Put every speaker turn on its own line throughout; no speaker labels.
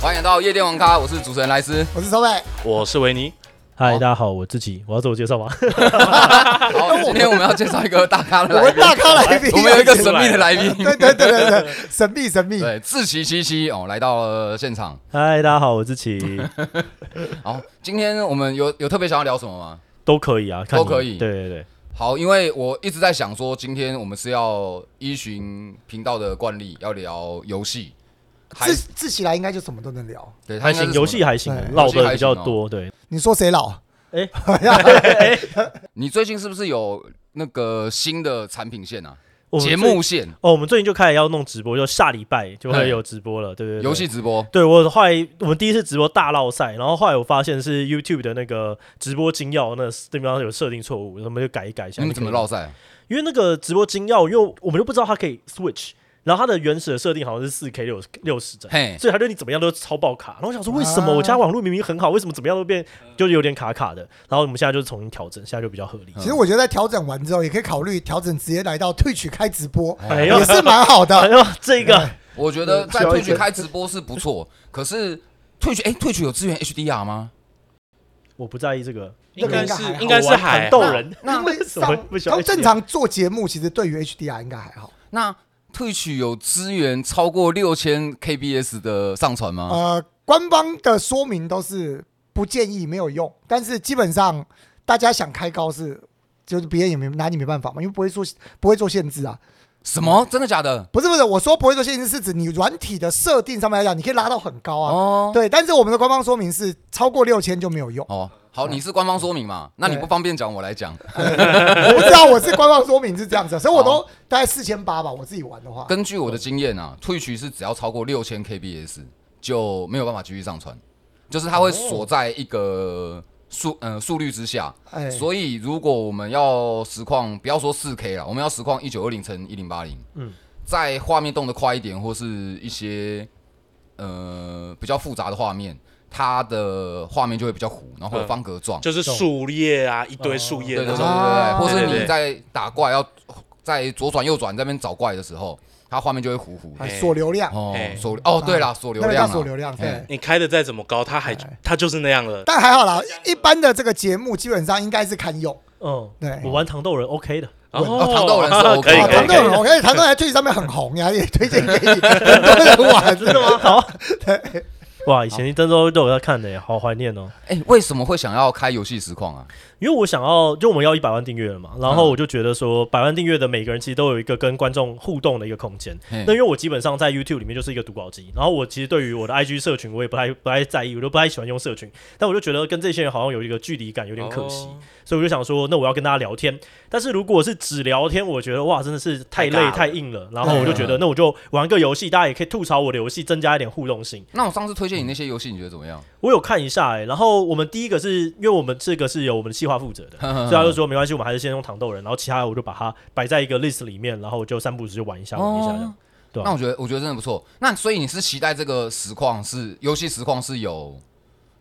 欢迎到夜店网咖，我是主持人莱 斯。
我是收
哎
贝，
我是维尼，
嗨，大家好，我自己，我要自我介绍吗？
好，今天我们要介绍一个大咖的
我
来
们
宾，
大咖来宾，
哎 我们有一个神秘的来宾，
对对对对对， 神秘神秘，
对，志奇七七哦，来到了现场。
嗨，大家好，我 自己，
好，今天我们有有特别想要聊什么吗？
都可以啊，看你
都可以
对对对，
好，因为我一直在想说，今天我们是要依循频道的惯例，要聊游戏，还
自自起来应该就什么都能聊。
对，它
还
应该
行，
是
游
什
戏啊
么
还行
对，
唠
游戏
的
还
比较
行哦
多，对。
你说谁老？
哎
的，你最近是不是有那个新的产品线啊？
我们
节
最
目线，
哦，我们最近就开始要弄直播，就下礼拜就
哎
会有直播了，对对对。
游戏直播，
对我后来我们第一次直播大闹赛，然后后来我发现是 YouTube 的那个直播金钥那地方有设定错误，我们就改一改一下。
你们怎么
就可以
绕赛？
因为那个直播金钥，因为我们就不知道它可以 Switch，然后它的原始的设定好像是四 K 六六十帧，
嘿，
所以他对你怎么样都超爆卡。然后我想说，为什
啊
么我家网络明明很好，为什么怎么样都变就是有点卡卡的？然后我们现在就是重新调整，现在就比较合理。
其实我觉得在调整完之后，也可以考虑调整直接来到退取开直播，
哎呦
也，是蛮好
哎
的。
呦，这个
我觉得在
呃需要
退
一
群
些
开直播是不 错，可是退群哎，退群有支援 HDR 吗？
我不在意这个，
那
应
个
该
应该
是
还好
应该是
玩
还
很逗人。
那因为
什么
上
不喜欢
刚正常做节目，其实对于 HDR 应该还好。
那退群有支援超过六千 KBS 的上传
哦
吗？
呃，官方的说明都是不建议没有用，但是基本上大家想开高是，就是别人也没拿你没办法嘛，因为不会做不会做限制啊。
什么？真的假的？
不是不是，我说不会做限制是指你软体的设定上面来讲，你可以拉到很高啊。
哦。
对，但是我们的官方说明是超过六千就没有用
哦，好，你是官方说明嘛？那你不方便讲，我来讲。
我不知道我是官方说明是这样子啊，所以我
哦
都大概四千八吧，我自己玩的话。
根据我的经验啊，退群是只要超过六千 KBS 就没有办法继续上传，就是
哦
它会锁在一个速嗯速率之下。
哎，
所以如果我们要实况，不要说四 K 了，我们要实况一九二零乘一零八零，嗯
嗯，
在画面动得快一点，或是一些呃比较复杂的画面，它的画面就会比较糊，然后会有
嗯
方格状。
就是树叶啊，一堆树叶
对对对对
那种。
对，
啊
或是
对对
你
对
在打怪要在左转右转这边找怪的时候，它画面就会糊糊的。
哎锁流量，
哦
哎，
锁哦，对啦，锁流
那个
量
叫
啊，
锁流量，对
哎。
你开的再怎么高，它还它就是那样了。
但还好啦，一般的这个节目基本上应该是堪用。
嗯，
对
我玩糖豆人 OK 的，
哦糖豆人是 OK
可以
啊，
可
糖
以
豆
可以。
人，我看糖豆人在 Twitch 上面很红呀，也推荐给 你，很多人玩，
真的吗？好，哇，以前一真都都有在看的，好怀念哦。
哎，为什么会想要开游戏实况啊？
因为我想要，就我们要一百万订阅了嘛，然后我就觉得说，百万订阅的每个人其实都有一个跟观众互动的一个空间。
嘿
嗯
那因为我基本上在 YouTube 里面就是一个读稿机，然后我其实对于我的 IG 社群我也不太不太在意，我都不太喜欢用社群，但我就觉得跟这些人好像有一个距离感，有点可惜，
哦
所以我就想说，那我要跟大家聊天。但是如果是只聊天，我觉得哇，真的是太
太尬
累
了
太硬了。然后我就觉 得，那我就玩个游戏，大家也可以吐槽我的游戏，增加一点互动性。
那我上次推荐你那些游戏，你觉得怎么样？
我有看一下哎、然后我们第一个是因为我们这个是由我们的企划负责的，
嗯
所以他就说没关系，我们还是先用糖豆人，然后其他的我就把它摆在一个 list 里面，然后我就三步时就玩一下，玩一下这样。对啊
那我觉得，我觉得真的不错。那所以你是期待这个实况是游戏实况是有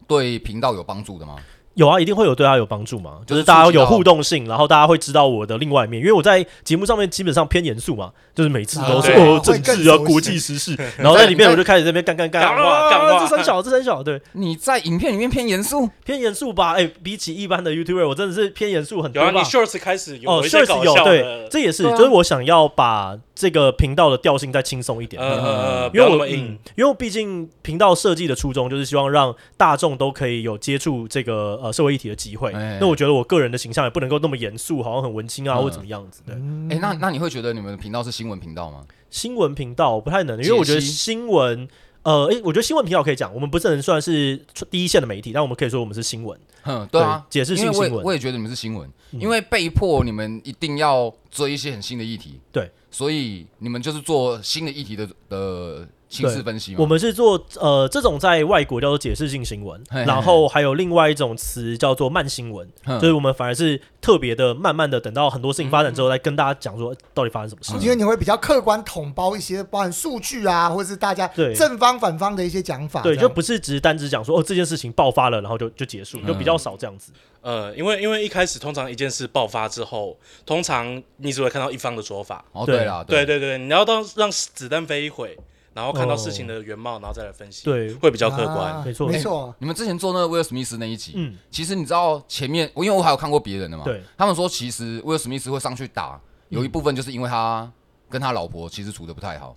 对频道有帮助的吗？
有啊，一定会有对他有帮助嘛，
就是
就是大家
触及到
有互动性，然后大家会知道我的另外一面，因为我在节目上面基本上偏严肃嘛，就是每次都是
啊
哦
对
政治
会更熟
啊、
悉
国际 时事，然后在里面我就开始这边干干干
干话 干
啊
话
这三小这三小，对，
你在影片里面偏严肃，
偏严肃吧？哎，比起一般的 YouTuber，我真的是偏严肃很
有
多
啊，你
吧。
shorts 开始有
哦
有一些
，shirts
搞
有
笑
对
的，，
这也是，
对啊
就是我想要把这个频道的调性再轻松一点，
嗯
呃
啊
呃，呃不
因为
要那
我
么
嗯
硬。，
因为我毕竟频道设计的初衷就是希望让大众都可以有接触这个呃社会议题的机会。
哎
那我觉得我个人的形象也不能够那么严肃，好像很文青啊、
嗯
或怎么样子的。
哎，
嗯
那那你会觉得你们的频道是新闻频道吗？
新闻频道我不太能，因
解
为
析
我觉得新闻。呃，诶，我觉得新闻频道可以讲，我们不是很算是第一线的媒体，但我们可以说我们是新闻。
哼，对啊，
对解释
因
性
为我也
新闻嗯
我也觉得你们是新闻，因为被迫你们一定要追一些很新的议题，
对，
所以你们就是做新的议题的的情势分析嘛。
我们是做呃这种在外国叫做解释性新闻，
嘿嘿嘿
然后还有另外一种词叫做慢新闻，
嗯
就是我们反而是特别的慢慢的等到很多事情发展之后，再跟大家讲说到底发生什么
嗯
事。
因为你会比较客观统包一些，包含数据啊，或者是大家
对
正方反方的一些讲法，
对，
这
就
样
不是只是单只讲说哦这件事情爆发了，然后就就结
嗯
束，嗯就比较少这样子。
呃，因为因为一开始通常一件事爆发之后，通常你只会看到一方的说法。
哦，
对
对啦，
对对对，你要当让子弹飞一会，然后看到事情的原貌，然后再来分析，
对
会比较客观。
啊
没错
没错，
你们之前做那个威尔史密斯那一集，
嗯
其实你知道前面，我因为我还有看过别人的嘛，
对，
他们说其实威尔史密斯会上去打，有一部分就是因为他跟他老婆其实处的不太好，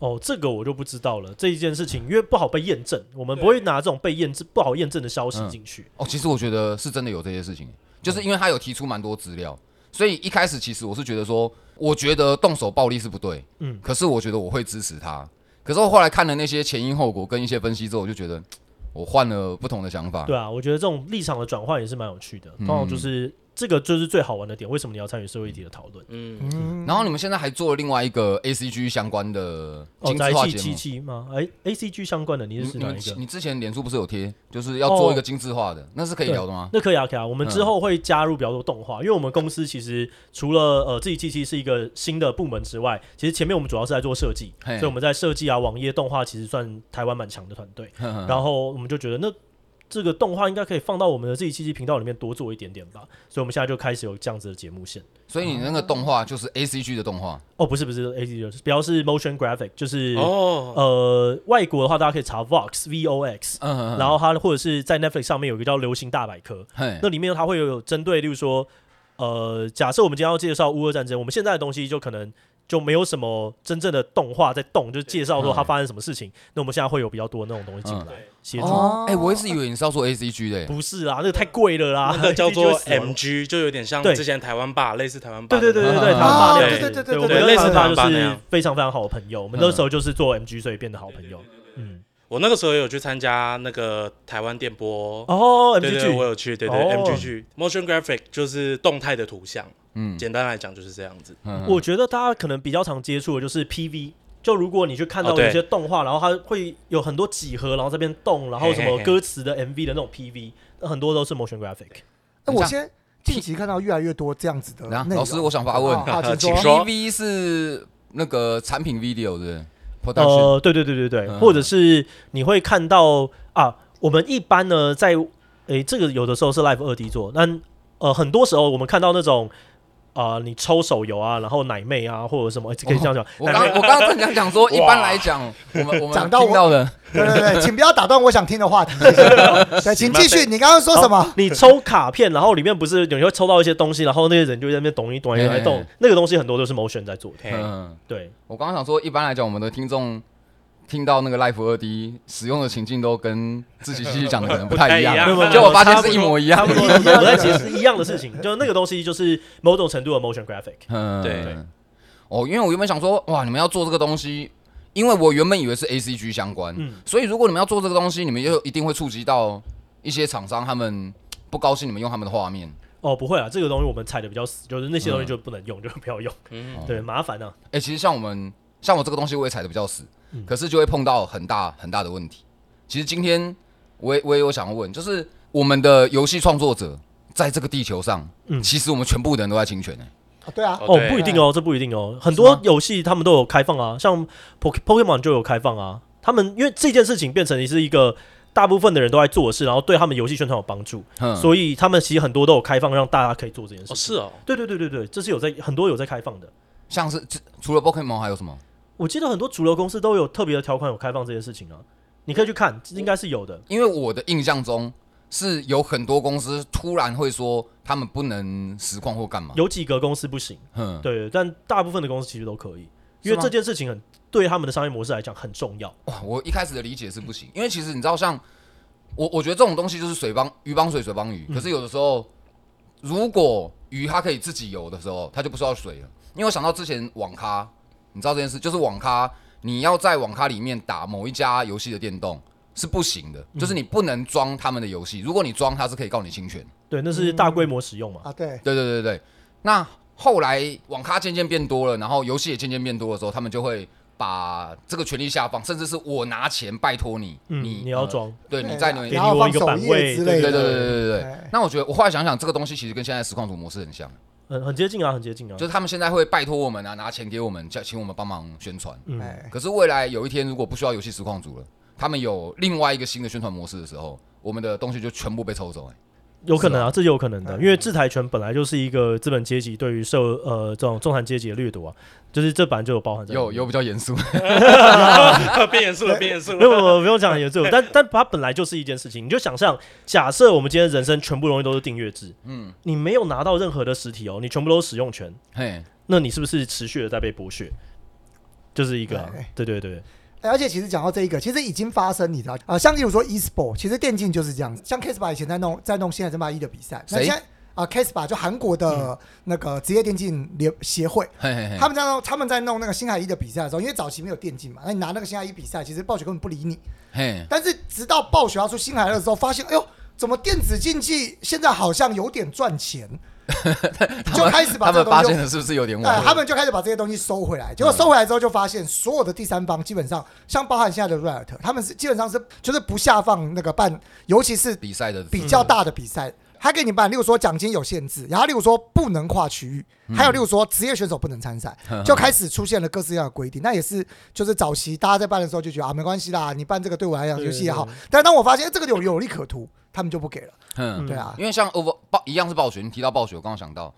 哦，这个我就不知道了。这一件事情，因为不好被验证，我们不会拿这种被验证、不好验证的消息进去。
哦，其实我觉得是真的有这些事情，
嗯
就是因为他有提出蛮多资料，所以一开始其实我是觉得说，我觉得动手暴力是不对，
嗯
嗯，可是我觉得我会支持他。可是我后来看了那些前因后果跟一些分析之后，我就觉得我换了不同的想法。
对啊，我觉得这种立场的转换也是蛮有趣的。
嗯
通常就是、这个就是最好玩的点，为什么你要参与社会议题的讨论？
嗯，
嗯，
然后你们现在还做了另外一个 A C G 相关的
哦，
精致
宅
化
气
节
七
目，嗯
七吗？哎，A C G 相关的，你
你
是指
你
哪
们
一个？哦
你之前脸书不是有贴，就是要做一个精致化的，那是可以聊的吗？
那可以啊，可以啊。我们之后会加入比较多动画，因为我们公司其实除了呃自己 T 七是一个新的部门之外，其实前面我们主要是在做设计，
嘿
所以我们在设计啊、网页动画其实算台湾蛮强的团队。然后我们就觉得那。这个动画应该可以放到我们的自己七七频道里面多做一点点吧，所以我们现在就开始有这样子的节目线。
所以你那个动画就是 A C G 的动画，
哦，不是不是，A C 就是比较是 motion graphic，就是、
哦，
呃外国的话大家可以查 Vox V O X，、
嗯，
然后它或者是在 Netflix 上面有一个叫《流行大百科》，
嘿
那，里面它会有针对，例如说，呃，假设我们今天要介绍乌俄战争，我们现在的东西就可能就没有什么真正的动画在动，就是介绍说它发生什么事情。那我们现在会有比较多那种东西进来
对
协助。
哦，哎，我一直以为你是要做 A C G 的，欸
不是啊，那个太贵了啦，
那个叫做
M。
MG，就有点像
对
之前台湾霸，类似台湾霸
对
的那
对
种。
对对
对
对，
对
他爸
对对
那
对对
我们
对
跟
类似他
他
爸
就
那
是
样
非常非常好的朋友。我们那时候就是做 MG，所以变得好朋友。嗯，
我那个时候有去参加那个台湾电波，
哦
对对，我
，MG
有去，对对
哦
MG 剧 motion graphic 就是动态的图像，
嗯，
简单来讲就是这样子。
嗯
我觉得大家可能比较常接触的就是 PV。就如果你去看到
哦对
有一些动画，然后它会有很多几何，然后这边动，然后什
嘿
么
嘿嘿
歌词的 MV 的那种 PV，那很多都是 motion graphic。
哎，我先近期看到越来越多这样子的
然后
内容
老师，我想发问
啊， 啊
请
请
说
说，
，P V 是那个产品 video 的 production，
呃，对对对对对，
嗯
或者是你会看到啊，我们一般呢在诶这个有的时候是 live 二 D 做，但呃很多时候我们看到那种啊、你抽手游啊，然后奶妹啊或者什么，诶可以这样讲，
我
奶
刚
妹
我刚刚正想讲说，一般来讲，我们我们
讲到我
听到的，
对对对，请不要打断我想听 的话题，谢谢对，请继续，你刚刚说什么？
你抽卡片，然后里面不是有你会抽到一些东西，然后那些人就在那边咚一咚一咚一
嘿嘿
动
嘿，
那个东西很多都是 motion 在做的。
嘿
嗯，
对，
我刚刚想说，一般来讲，我们的听众听到那个 Life 二 D 使用的情境都跟自己继续讲的可能不太一
不太一样
样，
没有没有
结果发现是一模一
差
样
不。多，差不多我在解释一样的事情，就是那个东西就是某种程度的 motion graphic。
嗯，
对
对。哦，因为我原本想说，哇，你们要做这个东西，因为我原本以为是 A C G 相关，
嗯
所以如果你们要做这个东西，你们就一定会触及到一些厂商，他们不高兴你们用他们的画面。
哦，不会啊，这个东西我们踩的比较死，就是那些东西就不能用，就不要用。
嗯，
对，麻烦啊。
哎、其实像我们，像我这个东西，我也踩的比较死，
嗯
可是就会碰到很大很大的问题。其实今天我也我也有想要问，就是我们的游戏创作者在这个地球上，
嗯
其实我们全部的人都在侵权、欸，
啊对啊，
哦，
对
不一定哦，这不一定哦，很多游戏他们都有开放啊，像 Poke- Pokemon 就有开放啊。他们因为这件事情变成是一个大部分的人都在做的事，然后对他们游戏宣传有帮助，
嗯，
所以他们其实很多都有开放让大家可以做这件事
哦
情。
是哦，
对对对对对，这是有在很多有在开放的。
像是这除了 Pokemon 还有什么？
我记得很多主流公司都有特别的条款有开放这件事情啊，你可以去看，应该是有的。
因为我的印象中是有很多公司突然会说他们不能实况或干嘛，
有几个公司不行，
嗯，
对，但大部分的公司其实都可以，
是
因为
吗
这件事情很对他们的商业模式来讲很重要。
哇，我一开始的理解是不行，因为其实你知道像，我我觉得这种东西就是水帮鱼帮水，水帮鱼。可是有的时候，如果鱼它可以自己游的时候，它就不需要水了。因为我想到之前网咖，你知道这件事，就是网咖，你要在网咖里面打某一家游戏的电动是不行的，就是你不能装他们的游戏，如果你装，它是可以告你侵权。
对，那
嗯
是大规模使用嘛。
啊对，
对对对对，那后来网咖渐渐变多了，然后游戏也渐渐变多的时候，他们就会把这个权利下放，甚至是我拿钱拜托你，
嗯，
你
你要
呃
装，
对，你在
对啊
你
给
然后
我
放
一个
首
版
页
位
之
对
类
对
的，
对对对对对
哎。
那我觉得我后来想想，这个东西其实跟现在实况组模式很像，
很很接近啊，很接近啊
就。是他们现在会拜托我们啊，拿钱给我们，叫请我们帮忙宣传。
嗯，
哎，
可是未来有一天，如果不需要游戏实况组了，他们有另外一个新的宣传模式的时候，我们的东西就全部被抽走、欸。
有可能啊，这有可能的，
嗯
因为制裁权本来就是一个资本阶级对于受呃这种中产阶级的掠夺啊，就是这本来就有包含在里面。
有有比较严肃，哦
变严肃
哎
了，变严肃
没有，没
了。
有，不用讲也有，但但它本来就是一件事情。你就想象，假设我们今天人生全部东西都是订阅制，嗯，你没有拿到任何的实体哦，你全部都是使用权，
嘿，
那你是不是持续的在被剥削？就是一个啊
对，
对对对，
哎而且其实讲到这一个，其实已经发生，你知道啊、呃像例如说 e-sport，其实电竞就是这样子。像 Caspa 以前在弄在弄现在争霸一的比赛，那
谁
现在啊 Caspa 就韩国的那个职业电竞联协会，
嘿嘿
他
嘿，
们在弄他们在弄那个星海一的比赛的时候，因为早期没有电竞嘛，那你拿那个星海一比赛，其实暴雪根本不理你。
嘿，
但是直到暴雪要出星海的时候，发现哎呦，怎么电子竞技现在好像有点赚 钱， 就开始把
他们
这个东
发
西
现了是不是有点
哎，
晚？
他们就开始把这些东西收回来，结果收回来之后就发现，所有的第三方基本上，像包含现在的 Riot，他们是基本上是就是不下放那个办，尤其是
比赛的
比较大的比赛，他给你办，例如说奖金有限制，然后例如说不能跨区
嗯
域，还有例如说职业选手不能参赛，就开始出现了各式各样的规定。那也是就是早期大家在办的时候就觉得啊没关系啦，你办这个对我来讲游戏也好
对，
但当我发现哎这个有有利可图，他们就不给了。
嗯，
对啊，
因为像 Over 暴一样是暴雪，你提到暴雪，我刚刚想到，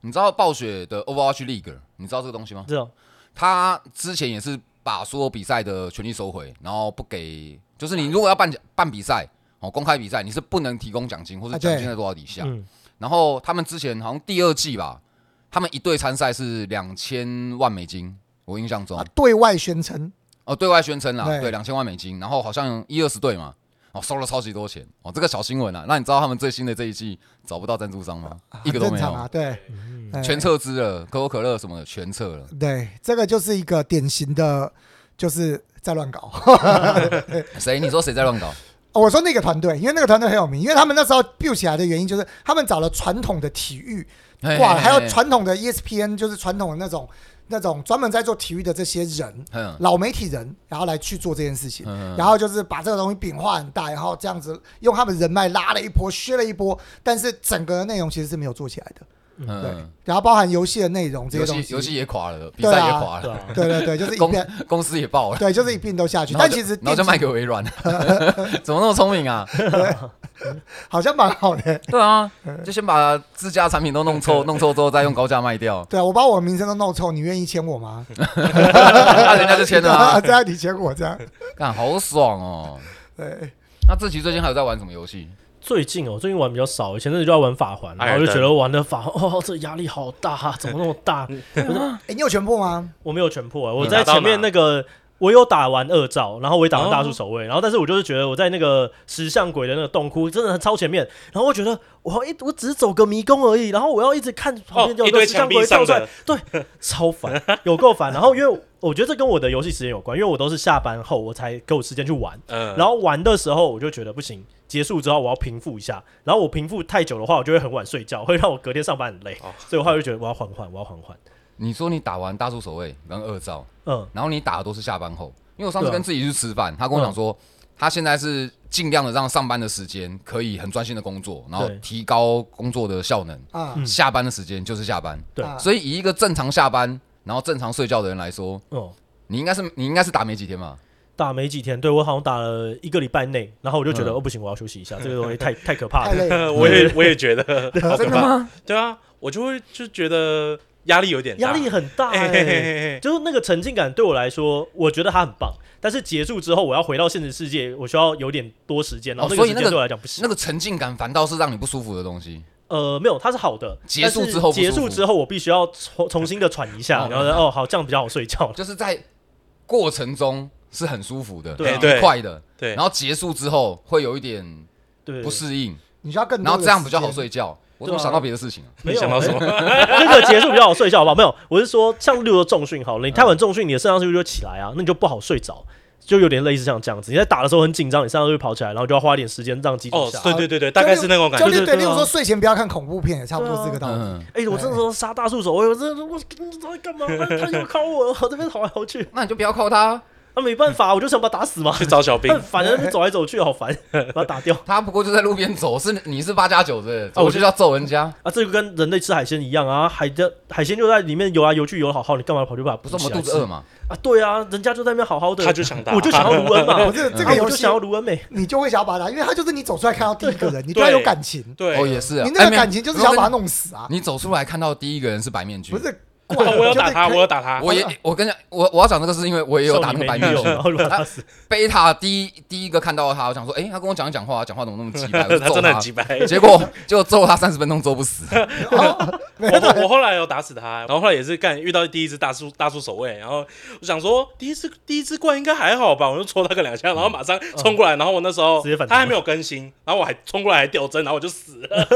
你知道暴雪的 Overwatch League，你知道这个东西吗？
这种
他之前也是把所有比赛的权利收回，然后不给，就是你如果要办办比赛哦，公开比赛，你是不能提供奖金或
啊
者
对
奖金在多少以下。
嗯
然后他们之前好像第二季吧，他们一队参赛是两千万美金，我印象中
啊，对外宣称
哦，对外宣称啦，
对
对，两千万美金，然后好像一二十队嘛，哦，收了超级多钱哦，这个小新闻啊，那你知道他们最新的这一季找不到赞助商吗？
啊
一个
很
都没
正常
有
啊，，对，哎
全撤资了，可口可乐什么的全撤了，
对，这个就是一个典型的，就是在乱搞。
谁？你说谁在乱搞？
哦我说那个团队，因为那个团队很有名，因为他们那时候 build 起来的原因就是他们找了传统的体育
哎
挂了，还有传统的 E ESPN，就是传统的那种那种专门在做体育的这些人，
嗯
老媒体人，然后来去做这件事情，
嗯
然后就是把这个东西饼化很大，然后这样子用他们人脉拉了一波，削了一波，但是整个内容其实是没有做起来的。对
嗯，，
然后包含游戏的内容这
游
些东
戏
西，
游戏也垮了，比
对啊
赛也垮
对
了，
啊，
对对对，就是 一
公
遍，
公司也爆了，
对，就是一并都下去。
然后
但
就
其实
然后就
电竞
卖给微软， 怎么那么聪明啊？
好像蛮好的。
对啊，就先把自家产品都弄臭，弄臭之后再用高价卖掉，
对啊，我把我名声都弄臭，你愿意签我吗？
那人家就签了啊，
这样你签我这样，
干好爽哦。
对，
那志奇最近还有在玩什么游戏？
最近哦，最近玩比较少，以前那就要玩法环，然后
哎
就
对
觉得玩的法环哦，这压力好大啊，怎么那么大？
哎，你有全部吗？
我没有全破、啊，我
嗯
在
打到
前面
哪哦
那个。我有打完二照，然后我也打完大树守卫，然后但是我就是觉得我在那个石像鬼的那个洞窟真的很超前面，然后我觉得我一我只是走个迷宫而已，然后我要一直看旁边有
哦一
个
堆
石像
墙壁
鬼跳出来
上，
对，超烦，有够烦。然后因为我觉得这跟我的游戏时间有关，因为我都是下班后我才给我时间去玩，
嗯，
然后玩的时候我就觉得不行，结束之后我要平复一下，然后我平复太久的话，我就会很晚睡觉，会让我隔天上班很累，
哦
所以我后来就觉得我要缓缓，我要缓缓。
你说你打完大树守卫跟二照，
嗯，
然后你打的都是下班后，因为我上
对
次
啊嗯
跟自己去吃饭，他跟我讲说，他现在是尽量的让上班的时间可以很专心的工作，然后
对
提高工作的效能，
啊，
嗯
下班的时间就是下班。
对
啊
所以以一个正常下班然后正常睡觉的人来说，
哦、
你应该是你应该是打没几天嘛，
打没几天，对我好像打了一个礼拜内，然后我就觉得、
嗯
哦不行，我要休息 一下，这个东西太太可怕
太
了。
累了，
我也我也觉得，
真的吗？
对啊，我就会就觉得压力有点大
压力很大、
哎
欸，
嘿嘿嘿嘿
就是那个沉浸感对我来说，我觉得它很棒。但是结束之后，我要回到现实世界，我需要有点多时间，然后
哦
那个
所以
时
那个
间对我来讲不行。
那个沉浸感反倒是让你不舒服的东西。
呃，没有，它是好的。
结束之后不舒
但是结
服
束之后我必须要重重新的喘一下，
哦
然后哦，好，这样比较好睡觉。
就是在过程中是很舒服的，
对啊
很
对
愉快的，
对
然后结束之后会有一点
对，
不适应，
你需要更多，
然后这样比较好。睡觉。我怎么想到别的事情了？啊
没
你
有哎
想到什么？
那个结束比较好睡觉，好不好？没有，我是说，像例如说重训好了，你太晚重训，你的肾上腺素就起来啊，那你就不好睡着，就有点类似像这样子。你在打的时候很紧张，你肾上腺素跑起来，然后就要花一点时间让肌群
哦
下。，
对对对对，大概是那种感
就
觉。
例
对
对，例如说睡前不要看恐怖片，也差不多是这个啊道理。
嗯，
哎、我这时候杀 哎大树手，我有这我你知道在干嘛？他又敲我，我这边跑来跑去。
那你就不要靠他，
那、没办法，我就想把他打死 嘛。
去找小兵
但反正走来走去好 烦，把他打掉
他不过就在路边走，是你是八加九的，
啊
我
我
就要揍人家，
啊！这就跟人类吃海鲜一样啊，海的海鲜就在里面游来游去游得好好，你干嘛跑去把它
不
捕
是我
起
们
来
肚子
吃
饿嘛？
啊？对啊，人家就在那边好好的，
他就想打，
我就想要卢恩嘛，
不 是这
啊
个游
我就
戏
想，要卢恩美。
你就会想要把他打，因为他就是你走出来看到第一个人，你对他有感情，
对，
哦，也是啊，
你那
哎
个
没有
感情就是想要把他
如果
弄死啊，
你你走出来看到第一个人是白面具，
不？是？
哦我有
就
打
得
他，
开
我有打他，
我也我跟你讲，我我要讲这个是因为我也有打那个白面
送你美女然
具。
后 如果打死，
贝塔第一第一个看到他，我想说，哎，他跟我讲一讲话，讲话怎么那么 鸡掰？我就
他
揍
真的很鸡掰。
结果就揍他三十分钟揍不死，
哦没有
我我后来有打死他，然后后来也是干遇到第一只大树大树守卫，然后我想说第一只第一只怪应该还好吧，我就戳他个两下，然后马上冲过来，然后我那时候
直接反弹
他还没有更新，然后我还冲过来还吊针，然后我就死了。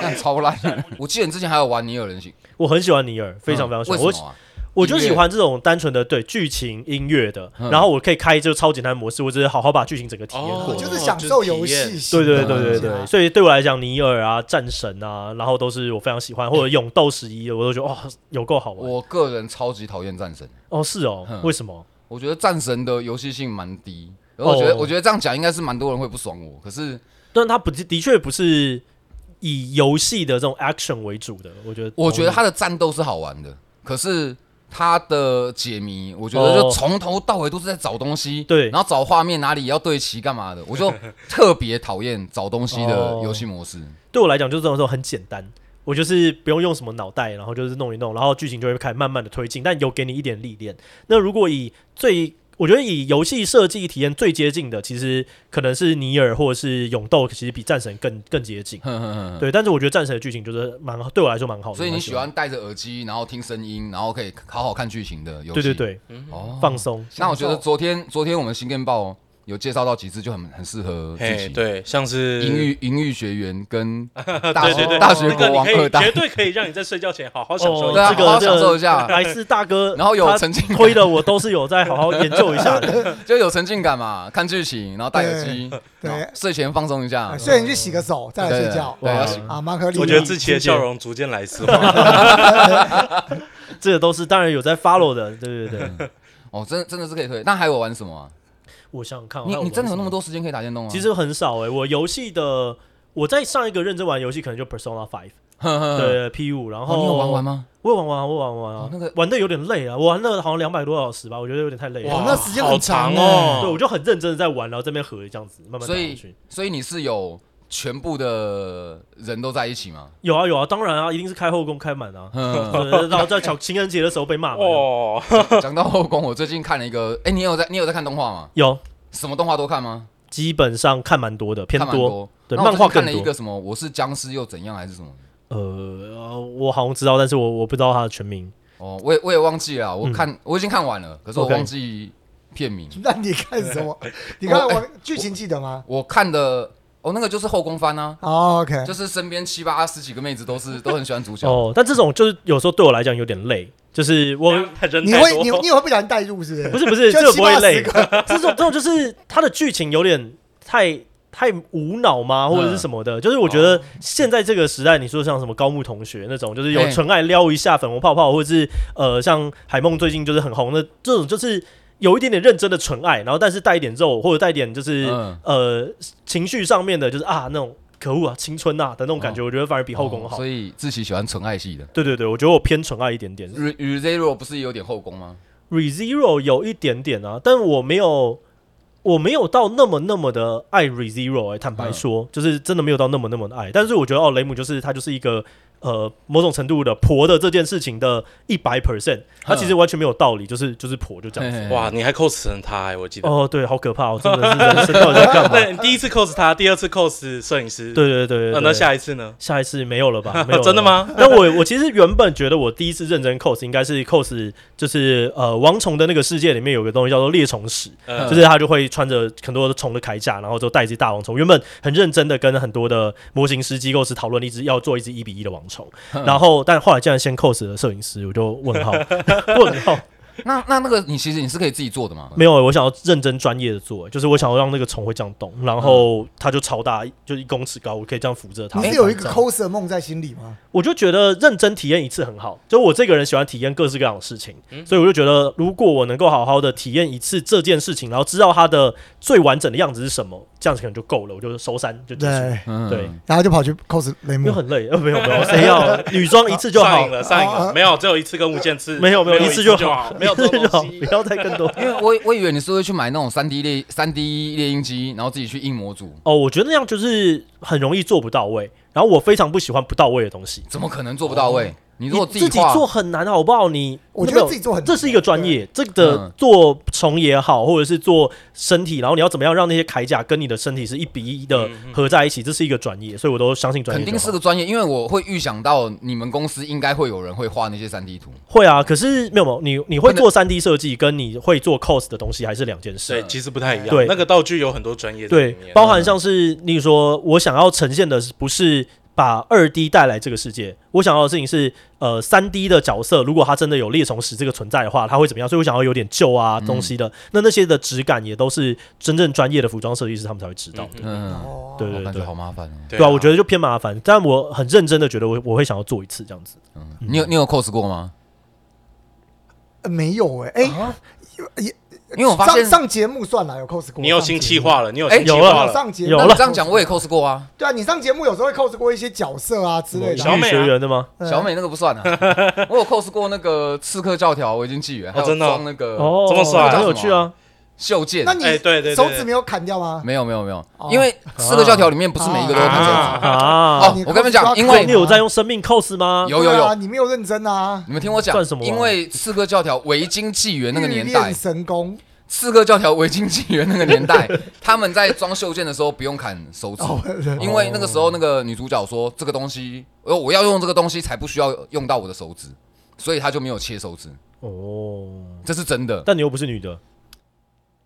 干超烂。我记得你之前还有玩《尼尔人形》，
我很喜欢尼尔，非常非常喜欢。
为
嗯我
什么啊？
我就喜欢这种单纯的对剧情音乐的，
嗯
然后我可以开这个超简单模式，我只是好好把剧情整个体验过。
哦
就是享受游
就是体
戏
验
型
对
的
对
东西啊，
对对对，所以对我来讲，尼尔啊、战神啊，然后都是我非常喜欢，或者勇斗十一，我都觉得哇、有够好玩。
我个人超级讨厌战神，
哦，是哦，
嗯
为什么？
我觉得战神的游戏性蛮低。然后我觉得，
哦
我觉得这样讲应该是蛮多人会不爽我。可是
但它不是的确不是以游戏的这种 action 为主的，我觉得。
我觉得他的战斗是好玩的，可是他的解谜，我觉得就
哦
从头到尾都是在找东西，
对
然后找画面哪里要对齐干嘛的，我 就特别讨厌找东西的
哦
游戏模 式。
对我来讲，就是这种时候很简单，我就是不用用什么脑袋，然后就是弄一弄，然后剧情就会开始慢慢的推进，但有给你一点历练。那如果以最我觉得以游戏设计体验最接近的，其实可能是尼尔或者是勇斗，其实比战神更更接近。
哼哼哼哼
对，但是我觉得战神的剧情就是蛮对我来说蛮好的，
所以你
蛮
喜欢戴着耳机，然后听声音，然后可以好好看剧情的游戏。
对对，对，
哦，
放松。
那我觉得昨天昨天我们新电报有介绍到几支就很很适合自
嘿，
己。
对，像是
淫欲淫欲学员 跟大
对
学
对对，
大学
那个
国
你
王
可
二
以
代，
绝对可以让你在睡觉前好好享受
哦
一
对啊
下。
这
好好
个
享受一下
莱斯大哥，
然后有
他
沉浸感
推的我都是有在好好研究一 下的。
就有沉浸感嘛，看剧情，然后戴耳机，
对
然后睡前放松一下
啊，所以你去洗个手再来睡觉，
对，
哇
要洗
啊，蛮合理的。
我觉得自己的笑容逐渐来丝滑。
这个都是当然有在 follow 的，对对对。
哦，真的真的是可以推。那还有玩什么啊？
我想想看，
你
哦还
你真的有
玩
那
什
么
么？
多时间可以打电动吗？
其实很少哎、我游戏的我在上一个认真玩游戏可能就 Persona Five，
呵呵，
对 P 五，然
哦
后
你有玩玩？吗？
我有玩玩啊，我有玩玩啊
哦，那个
玩的有点累啊，我玩了好像两百多小时吧，我觉得有点太累
哇
了。
那时间很
好
长
长
欸
对，我
哦。
就很认真的在玩，然后这边合这样子慢慢打
所
过
以
去。
所以你是有全部的人都在一起吗？
有啊有啊，当然啊，一定是开后宫开 满啊。
嗯，
对然后在巧情人节的时候被骂嘛。
哦，
讲到后宫，我最近看了一个，哎，你有在你有在看动画吗？
有，
什么动画都看吗？
基本上看蛮多的，偏
看蛮多。
对，
那我
漫画
最近看
更
了一
多
个。什么？我是僵尸又怎样还是什么？
呃，呃我好像知道，但是我我不知道它的全名。
哦，我也我也忘记了，我
嗯
看我已经看完了，可是我
OK
忘记片名。
那你看什么？你看
哦
我
哎
剧情记得吗
我看的哦，那个就是后宫番啊，
哦？OK，
就是身边七八啊十几个妹子都是都很喜欢主角。
哦，但这种就是有时候对我来讲有点累，就 是 我
人
你
太
会你
多
你。也会被人带入是不是？
不是不是，
就
这个不会
70-80
累
个。
这种这种就是它的剧情有点太太无脑
嗯
吗，或者是什么的？就是我觉
哦
得现在这个时代，你说像什么高木同学那种，就是有
哎
纯爱撩一下粉红泡泡，或者是呃像海梦最近就是很红的这种，就是。有一点点认真的纯爱，然后但是带一点肉，或者带一点就是、
嗯
呃情绪上面的，就是啊那种可恶啊青春啊的那种感觉，我觉得反而比后宫
哦
好。
所以志奇喜欢纯爱系的。
对对对，我觉得我偏纯爱一点点。
与与 Zero 不是有点后宫吗？
Re Zero 有一点点啊，但我没有，我没有到那么那么的爱 Re Zero 哎、坦白说，
嗯
就是真的没有到那么那么的爱。但是我觉得哦，雷姆就是他就是一个呃某种程度的婆的这件事情的一百
嗯
percent，他其实完全没有道理，就是就是婆就这样子。
嘿嘿
哇，你还 cos 成他哎，我记得。
哦，对，好可怕、哦，真的是人生到底在干嘛？
对，你第一次 cos 他，第二次 cos 摄影师。
对对对对
呃
对，
那下一次呢？
下一次没有了吧？没有 了
真的吗？
但我我其实原本觉得我第一次认真 cos 应该是 cos 就是呃王虫的那个世界里面有个东西叫做猎虫石，
呃
就是他就会穿着很多的虫的铠甲，然后就带一只大王虫。原本很认真的跟很多的模型师、机构师讨论一只要做一只一比一的王虫，然后但后来竟然先 cos 了摄影师，我就问号问号。
那那那个你其实你是可以自己做的嘛？
没有，我想要认真专业的做，就是我想要让那个虫会这样动，然后它就超大，就一公尺高，我可以这样扶着它。
你是有一个抠死的梦在心里吗？
我就觉得认真体验一次很好。就我这个人喜欢体验各式各样的事情，
嗯
所以我就觉得，如果我能够好好的体验一次这件事情，然后知道它的最完整的样子是什么，这样子可能就够了。我就收山就结束，
对，
嗯
对
然后就跑去 cos 雷
因为
姆，
很累。呃， 没有 没有，谁要女装一次就
上
好
瘾，了，上瘾
啊啊
了，没有，只有一次跟无限次，
没有没有一
一
次
就
就好，
没有这
一次
种
就 好，
东西
不。要再更多。
因为我我以为你是会去买那种三 D 列三 D 猎鹰机，然后自己去印模组，
哦，我觉得那样就是很容易做不到位，然后我非常不喜欢不到位的东西。
怎么可能做不到位？你如果
哦自
己画，
做很难，好不好？你
我觉
没
得
有
自己做很
这是一个专业，这
嗯
个做虫也好，或者是做身体，然后你要怎么样让那些铠甲跟你的身体是一比一的
嗯嗯
合在一起，这是一个专业，所以我都相信专业
肯
就好。
定是个专业，因为我会预想到你们公司应该会有人会画那些三 D 图。
会啊，可是没有没有，你你会
可能
做三 D 设计，跟你会做 cos 的东西还是两件事。
对，其实不太一样。
对
那个道具有很多专业在里
对
面，嗯
包含像是例如说，我想要呈现的是不是把二 D 带来这个世界？我想要的事情是，呃，三 D 的角色如果它真的有猎虫石这个存在的话，它会怎么样？所以我想要有点旧啊
嗯
东西的，那那些的质感也都是真正专业的服装设计师他们才会知道的。
嗯，
哦，
对
我
对
感
对
觉好，麻烦哦。
对啊，我觉
得
得就偏麻烦，但我很认真的觉得我我会想要做一次这样子。
嗯你有你有 cos 过吗？
呃没有哎，哎，
啊
啊
因为我发
上
现，
上节目算了，有 cos 过，
你有新气
气，
化了，你有
哎
新气
有了啊
化
有
了，
上节目
有
那
了
你这样讲我也 cos 过啊。
对啊，你上节目有时候会 cos 过一些角色啊之类的
小
啊，
语
美啊
学员的吗？
对
小美那个不算 啊，我有 cos 过那个刺客教条维京纪元，还有
真的哦
装那个
哦，
这么帅
很有趣啊！
袖剑啊
那。你
哎对对对
手指没有砍掉吗？
没有没有没有
哦，
因为刺客教条里面不是每一个都有看手指。
啊
哦
你，
我跟你们讲
cos
因
对
为
你有在用生命 cos 吗？
有有
对啊
有
你没有认真啊，
你们听我讲
算什么，啊
因为刺客教条维京纪元那个年
欲
代
练，神功
刺客教条维京纪元那个年代， 他们在装袖剑的时候不用砍手 指，
哦，
因为那个时候那个女主角说这个东西，呃，我要用这个东西才不需要用到我的手指，所以她就没有切手指，
哦，
这是真的。
但你又不是 女的，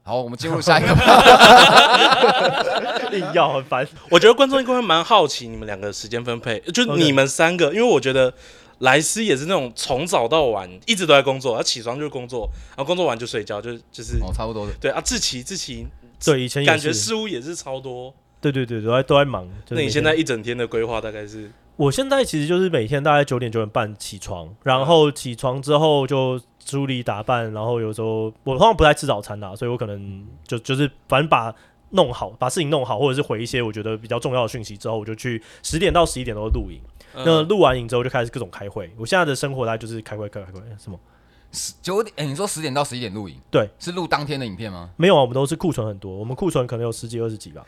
好，我们进入下 一个吧。
硬要很烦。
我觉得观众应该会蛮好奇你们两个的时间分配，就
OK
你们三个，因为我觉得莱斯也是那种从早到晚一直都在工作，他起床就是工作，然后工作完就睡觉，就就是
哦，差不多的。
对啊。志奇，志奇，
对，以前也
感觉
是
事务也是超多。
对对对，都在都在忙。就是
那你
每
现
天
在，一整天的规划大概是？
我现在其实就是每天大概九点九点半起床，然后起床之后就梳理打扮，然后有时候我通常不太吃早餐啦，所以我可能就就是反正把弄好，把事情弄好，或者是回一些我觉得比较重要的讯息之后，我就去十点到十一点都会录影。那
嗯
录完影之后就开始各种开会。我现在的生活大概就是开会、开会、开会，什么
九点，哎、你说十点到十一点录影，
对，
是录当天的影片吗？
没有啊？我们都是库存很多，我们库存可能有十几二十几吧。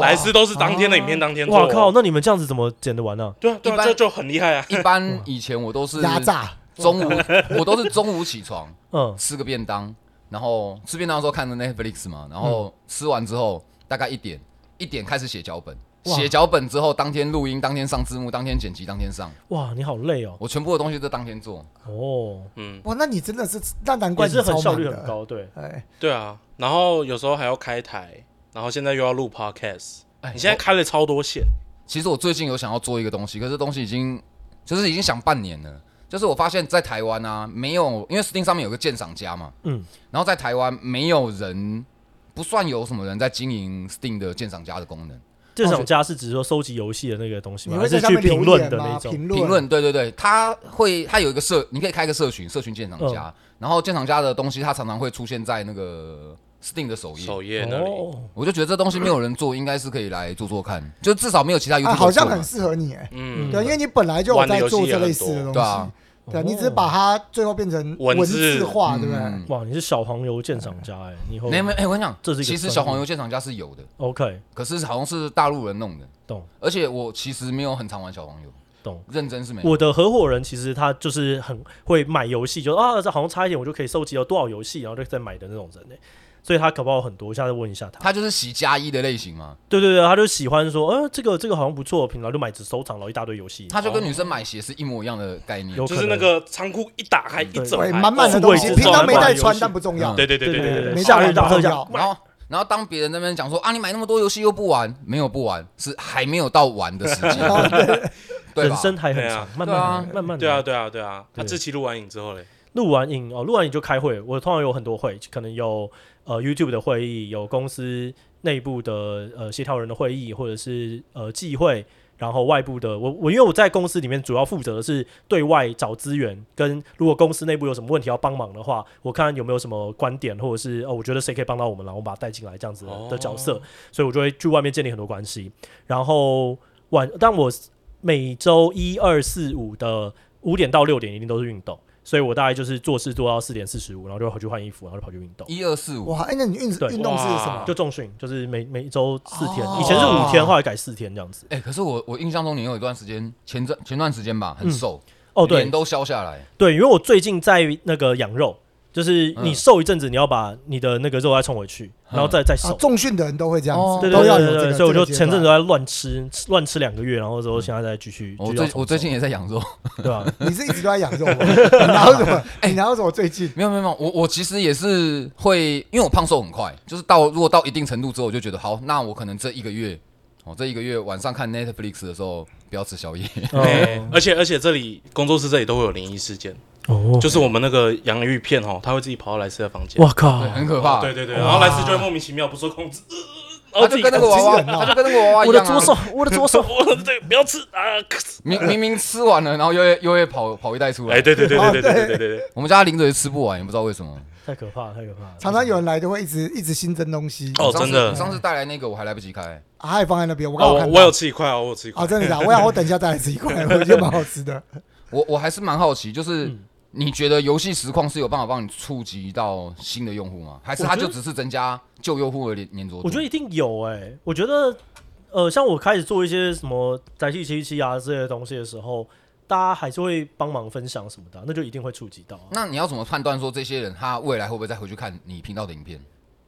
莱斯都是当天的影片当天做哦。
哇靠，那你们这样子怎么剪得完呢、
对啊，对
一
啊，
般
就就很厉害啊。
一般以前我都是
压榨。
中午，我都是中午起床
嗯，
吃个便当，然后吃便当的时候看着 Netflix 嘛，然后吃完之后大概一点一点开始写脚本，
哇
写脚本之后当天录音，当天上字幕，当天剪辑，当天上，
哇，你好累哦。
我全部的东西都当天做。
哦，
嗯，
哇，那你真的是，那难怪
也
你
是很
超
效
忙
率
的
很。高，对。
哎，
对啊。然后有时候还要开台，然后现在又要录 podcast。
哎
你现在
我
开了超多线，
其实我最近有想要做一个东西，可是这东西已经就是已经想半年了。就是我发现，在台湾啊，没有因为 Steam 上面有个鉴赏家嘛，
嗯，
然后在台湾没有人，不算有什么人在经营 Steam 的鉴赏家的功能。
鉴赏家是指说收集游戏的那个东西
你
吗？
会
还
在
是
下
去
面
评
留
论
言
的
吗？
那种？
评
评
论
论，对对对，他会他有一个社，你可以开个社群，社群鉴赏家，
嗯
然后鉴赏家的东西，它常常会出现在那个 Steam 的首页。
首页那里。
哦，
我就觉得这东西没有人做，应该是可以来做做看，就至少没有其他 YouTube
啊，好像
做嘛
很适合你哎。
嗯，
对，因为你本来就有
玩的
在
游戏
做
也
这
很
类似的
多
东
对啊
西，对啊，你只是
哦
把它最后变成
文
文
字
字化，对不对？
嗯
哇，你是小黄油鉴赏家哎，你以后
没没哎，我跟你讲，
这是一个
其实
专
小
业
黄油鉴赏家是有的，
OK
可是好像是大陆人弄的，
懂。
而且我其实没有很常玩小黄油，
懂。
认真是没有。
我的合伙人其实他就是很会买游戏，就啊，这好像差一点我就可以收集到多少游戏，然后就再买的那种人哎，所以他搞不好很多。我下次问一下他。
他就是洗加一的类型嘛，
对对对，他就喜欢说，呃，这个这个好像不错，然后就买只收藏，然后一大堆游戏。
他就跟女生买鞋是一模一样的概念
有。
就
可
是那
能
个仓库一打开一
对
整
对，
排
满满的
哦
东西，
位置
平常
满
没
满
带
的
穿
游，戏
但不重要。
嗯
对对对对对对
对，
对，
夏日大特
没下
价
完，
然后，然后当别人那边讲说啊，你买那么多游戏又不玩，没有不玩，是还没有到玩的时机，对
人
吧？
生还很
对
长
啊，
慢
对啊
慢慢慢。
对啊，对啊，对啊。那
对
这期录完影之后嘞，
录完影哦，录完影就开会。我通常有很多会，可能有呃 YouTube 的会议，有公司内部的呃协调人的会议，或者是呃季会，然后外部的我我因为我在公司里面主要负责的是对外找资源，跟如果公司内部有什么问题要帮忙的话，我看有没有什么观点，或者是哦我觉得谁可以帮到我们，然后我把他带进来这样子的,、的角色，所以我就会去外面建立很多关系。然后晚，但我每周一二四五的五点到六点一定都是运动，所以我大概就是做事做到四点四十五，然后就回去换衣服，然后就跑去运动。
一二四五，
哇，哎，那你运
对
运动是什
哇
么？
就重训，就是每每周四天，
哦
以前是五天，后来改四天这样子。
哎，可是我我印象中你有一段时间，前阵前段时间吧，很瘦，
哦，对
脸都消下来，
对，因为我最近在那个养肉，就是你
嗯
瘦一阵子，你要把你的那个肉再冲回去，然后再再
啊
瘦，。
重训的人都会这样
哦
对
子，
对
都
对
要
对
有
对
这个。
所以我
这
就
个
前阵
阶
子
段
在乱吃，吃乱吃两个月，然后之后现在再继续。
我
继续要
最我
重
最
瘦
近也在养肉，
对吧？
你是一直都在养 肉吗？你哪有什 么？
哎
你哪有什么最近？
没有没有没有，我我其实也是会，因为我胖瘦很快，就是到如果到一定程度之后，我就觉得好，那我可能这一个月，哦，这一个月晚上看 Netflix 的时候不要吃宵夜，
哎
哦
而且而且这里工作室这里都会有灵异事件，
哦，
就是我们那个洋芋片哦，他会自己跑到莱斯的房间，
哇 靠
对，！很可怕。
哦对对对，然后莱斯就会莫名其妙不受控制，呃
他
然后自
就
己
跟那个娃
好
娃，
惊人哦
他就跟那个娃娃一
我的
样、啊
左，手，我的左手，
我对不要吃啊，咳嗽
明明明吃完了，然后又会又会跑跑一袋出来。
哎，对对对
哦
对对对
对
对对对，
我们家零嘴吃不完，也不知道为什么。
太可怕，了，太可怕了！
常常有人来就会一直一直新增东西，
哦
上次
真的
你上次带来那个我还来不及开，
啊还放在那边。我刚
哦，
好
我
看
我
到
有吃一块哦，我有吃一块
啊，，真的假的？我想我等一下再来吃一块，我觉得蛮好吃的。
我我还是蛮好奇，就是
嗯
你觉得游戏实况是有办法帮你触及到新的用户吗？还是它
我觉
就
得
只是增加旧用户的粘粘着度？
我觉得一定有哎、我觉得呃，像我开始做一些什么宅气七七啊之类的东西的时候，大家还是会帮忙分享什么的啊、那就一定会触及到啊、
那你要怎么判断说这些人他未来会不会再回去看你频道的影片？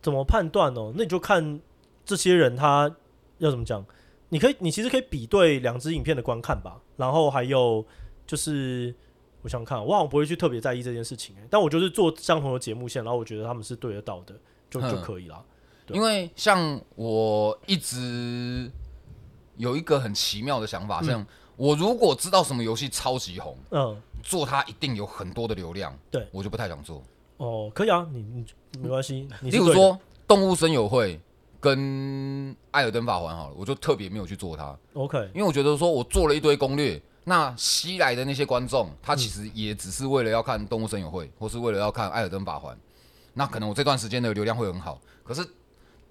怎么判断哦？那你就看这些人他要怎么讲。你可以，你其实可以比对两支影片的观看吧，然后还有就是，我想想看，我好像不会去特别在意这件事情、欸，但我就是做相同的节目线，然后我觉得他们是对得到的，就就
嗯
可以啦。对
因为像我一直有一个很奇妙的想法，像我如果知道什么游戏超级红，
嗯，
做它一定有很多的流量，
对
我就不太想做。
哦，可以啊，你你没关系，你
例
是
如
对的
说《动物森友会》跟《艾尔登法环》好了，我就特别没有去做它，
OK，
因为我觉得说我做了一堆攻略，那吸来的那些观众，他其实也只是为了要看《动物森友会》，或是为了要看《艾尔登法环》，那可能我这段时间的流量会很好，可是。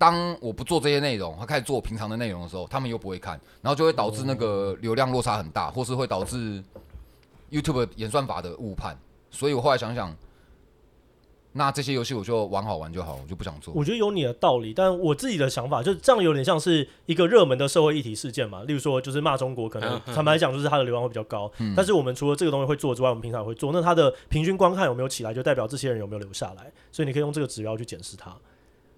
当我不做这些内容，他开始做我平常的内容的时候，他们又不会看，然后就会导致那个流量落差很大，或是会导致 YouTube 演算法的误判。所以我后来想想，那这些游戏我就玩好玩就好，我就不想做。
我觉得有你的道理，但我自己的想法就是这样，有点像是一个热门的社会议题事件嘛。例如说，就是骂中国，可能
嗯嗯
坦白讲，就是它的流量会比较高。
嗯
但是我们除了这个东西会做之外，我们平常也会做，那它的平均观看有没有起来，就代表这些人有没有留下来。所以你可以用这个指标去检视它。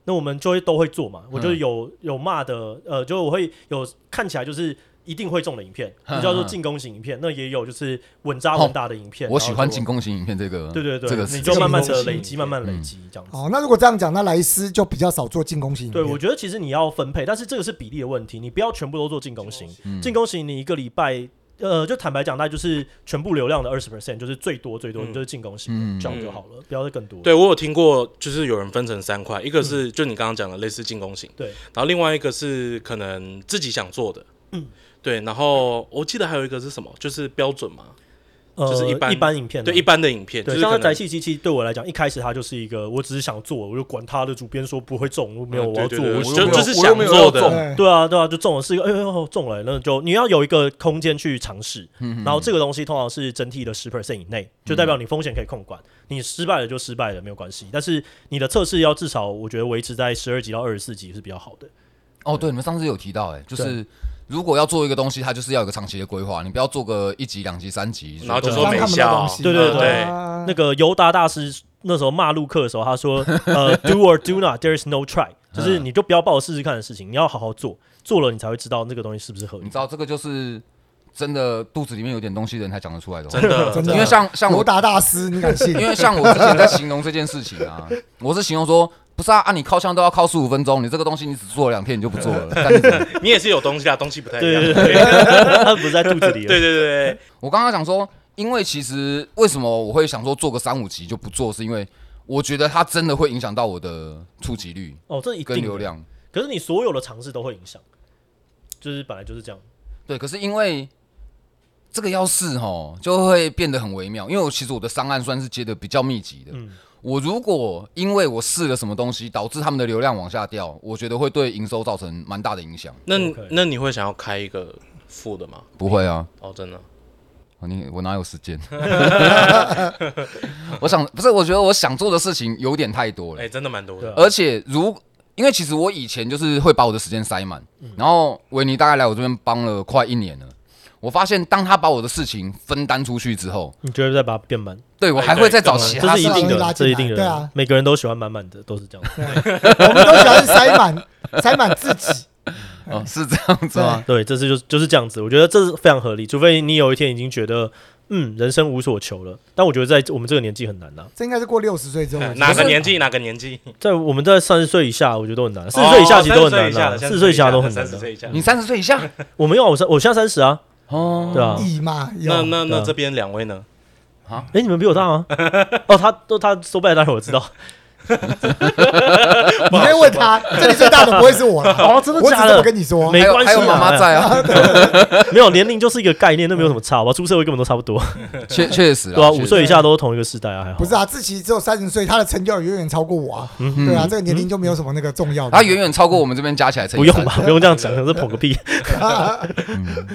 那我们就会都会做
嗯
嘛。我就是有、有骂的，呃，就我会有看起来就是。一定会中的影片，
嗯哦
你叫做进攻型影片，那也有就是稳扎稳打的影片。
我喜欢
进
进，攻型影片这个，
对对
嗯
对，
这个
你
词
就慢慢
进攻
的
型
累
影
积，
片
慢慢累
嗯
积这样子。
哦，那如果这样讲，那莱斯就比较少做进攻型影
对，
片。
我觉得其实你要分配，但是这个是比例的问题，你不要全部都做进攻型。
嗯
进攻型你一个礼拜，呃，就坦白讲，那就是全部流量的二十 percent，就是最多最多
嗯
就是进攻型，
嗯
这样就好了，不要再更多。
对我有听过，就是有人分成三块，一个是就你刚刚讲的类似进攻型，
对，
然后另外一个是可能自己想做的，对，然后我记得还有一个是什么，就是标准嘛，
呃，
就是一
一
般
般影片啊，
对，一般的影片，就
对，
是
像
可
在宅
能
气机器对我来讲，一开始它就是一个，我只是想做，我就管他的主编说不会中，我没有
嗯
我要
对
做，
对对我
我
又
就
没有
就是
我又没有
想做
要
的
中，
对
对啊，对啊，就中了是一个，哎呦哎呦，中了，那就你要有一个空间去尝试，
嗯
然后这个东西通常是整体的十 percent 以内，就代表你风险可以控管，你失败了就失败了，没有
嗯
关系，但是你的测试要至少我觉得维持在十二级到二十四级是比较好的，
哦，对，你们上次有提到、哎，就是如果要做一个东西，它就是要有个长期的规划，你不要做个一集、两集、三集，
然后就
都
说
让
没
他们的啊
效
东，西，
对对
嗯
对那个尤达大师那时候骂陆克的时候，他说：“呃，do or do not, there is no try，就是
嗯
你就不要抱着试试看的事情，你要好好做，做了你才会知道那个东西是不是合
你
理。
知道这个就是真的肚子里面有点东西的人才讲得出来的话、
真的
真的
因为像像
罗
我，
达大师，你敢 信？
因为像我之前在形容这件事情啊，我是形容说。不是啊，啊你靠枪都要靠十五分钟，你这个东西你只做了两天你就不做了。但是
你也是有东西啊，东西不太一
对
样，
对对，对他不是在肚子里 了。
对对对，
我刚刚想说，因为其实为什么我会想说做个三五集就不做，是因为我觉得它真的会影响到我的触及率
哦，这一
跟
定
流
的。
量。
可是你所有的尝试都会影响，就是本来就是这样。
对，可是因为这个要是哦，就会变得很微妙。因为我其实我的商案算是接的比较密集的。
嗯
我如果因为我试了什么东西，导致他们的流量往下掉，我觉得会对营收造成蛮大的影响。
那
OK
那你会想要开一个副的吗？
不会啊，
哦，真的，
啊你我哪有时间？ 我想不是，我觉得我想做的事情有点太多了
哎、。真的蛮多
对
的
啊。
而且如因为其实我以前就是会把我的时间塞满，然后维尼大概来我这边帮了快一年了，我发现当他把我的事情分担出去之后，
你觉得再把它变满，嗯
对我
哎
还
对
会再
懂
找
了
哦其
这
他
是
事
一
情
定
拉
的，
进
这
来
一定的。
对啊
每个人都喜欢满满的，都是这样。
我们都喜欢塞 满塞满自己，嗯
哦，是这样子吗？
对， 这是就是就是这样子，我觉得这是非常合理。除非你有一天已经觉得，嗯，人生无所求了。但我觉得在我们这个年纪很难呐、
这应该是过六十岁之后
哎
嗯
的
哪个
事
年纪？哪个年纪？
在我们在三十岁以下，我觉得都很 难，四
哦
十岁以下其实都很难啊，四十岁以下都很难
三十
的。
岁以下。
你三十岁以下
我没有啊，我三我现在三十啊，
哦，
对啊。
意嘛？有
那那
对
那
啊
这边两位呢？
哎、你们比我大吗？哦，他都他说拜当然我知道。
你可以问他，这里最大的不会是我了。
哦，真的
我只是
假
这么
的？
跟你说，
没
还有
关系
还
啊
有妈妈在啊，
没有年龄就是一个概念，那没有什么差吧？出社会根本都差不多，
确确实
对啊，
确实
五岁以下都是同一个时代啊，还好。
不是啊，志奇只有三十岁，他的成就远远超过我啊。
嗯，
对啊，这个年龄就没有什么那个重要的。
他 远远超过我们这边加起来乘
不
以
用
三
吧，不用这样讲，这捧个屁。
啊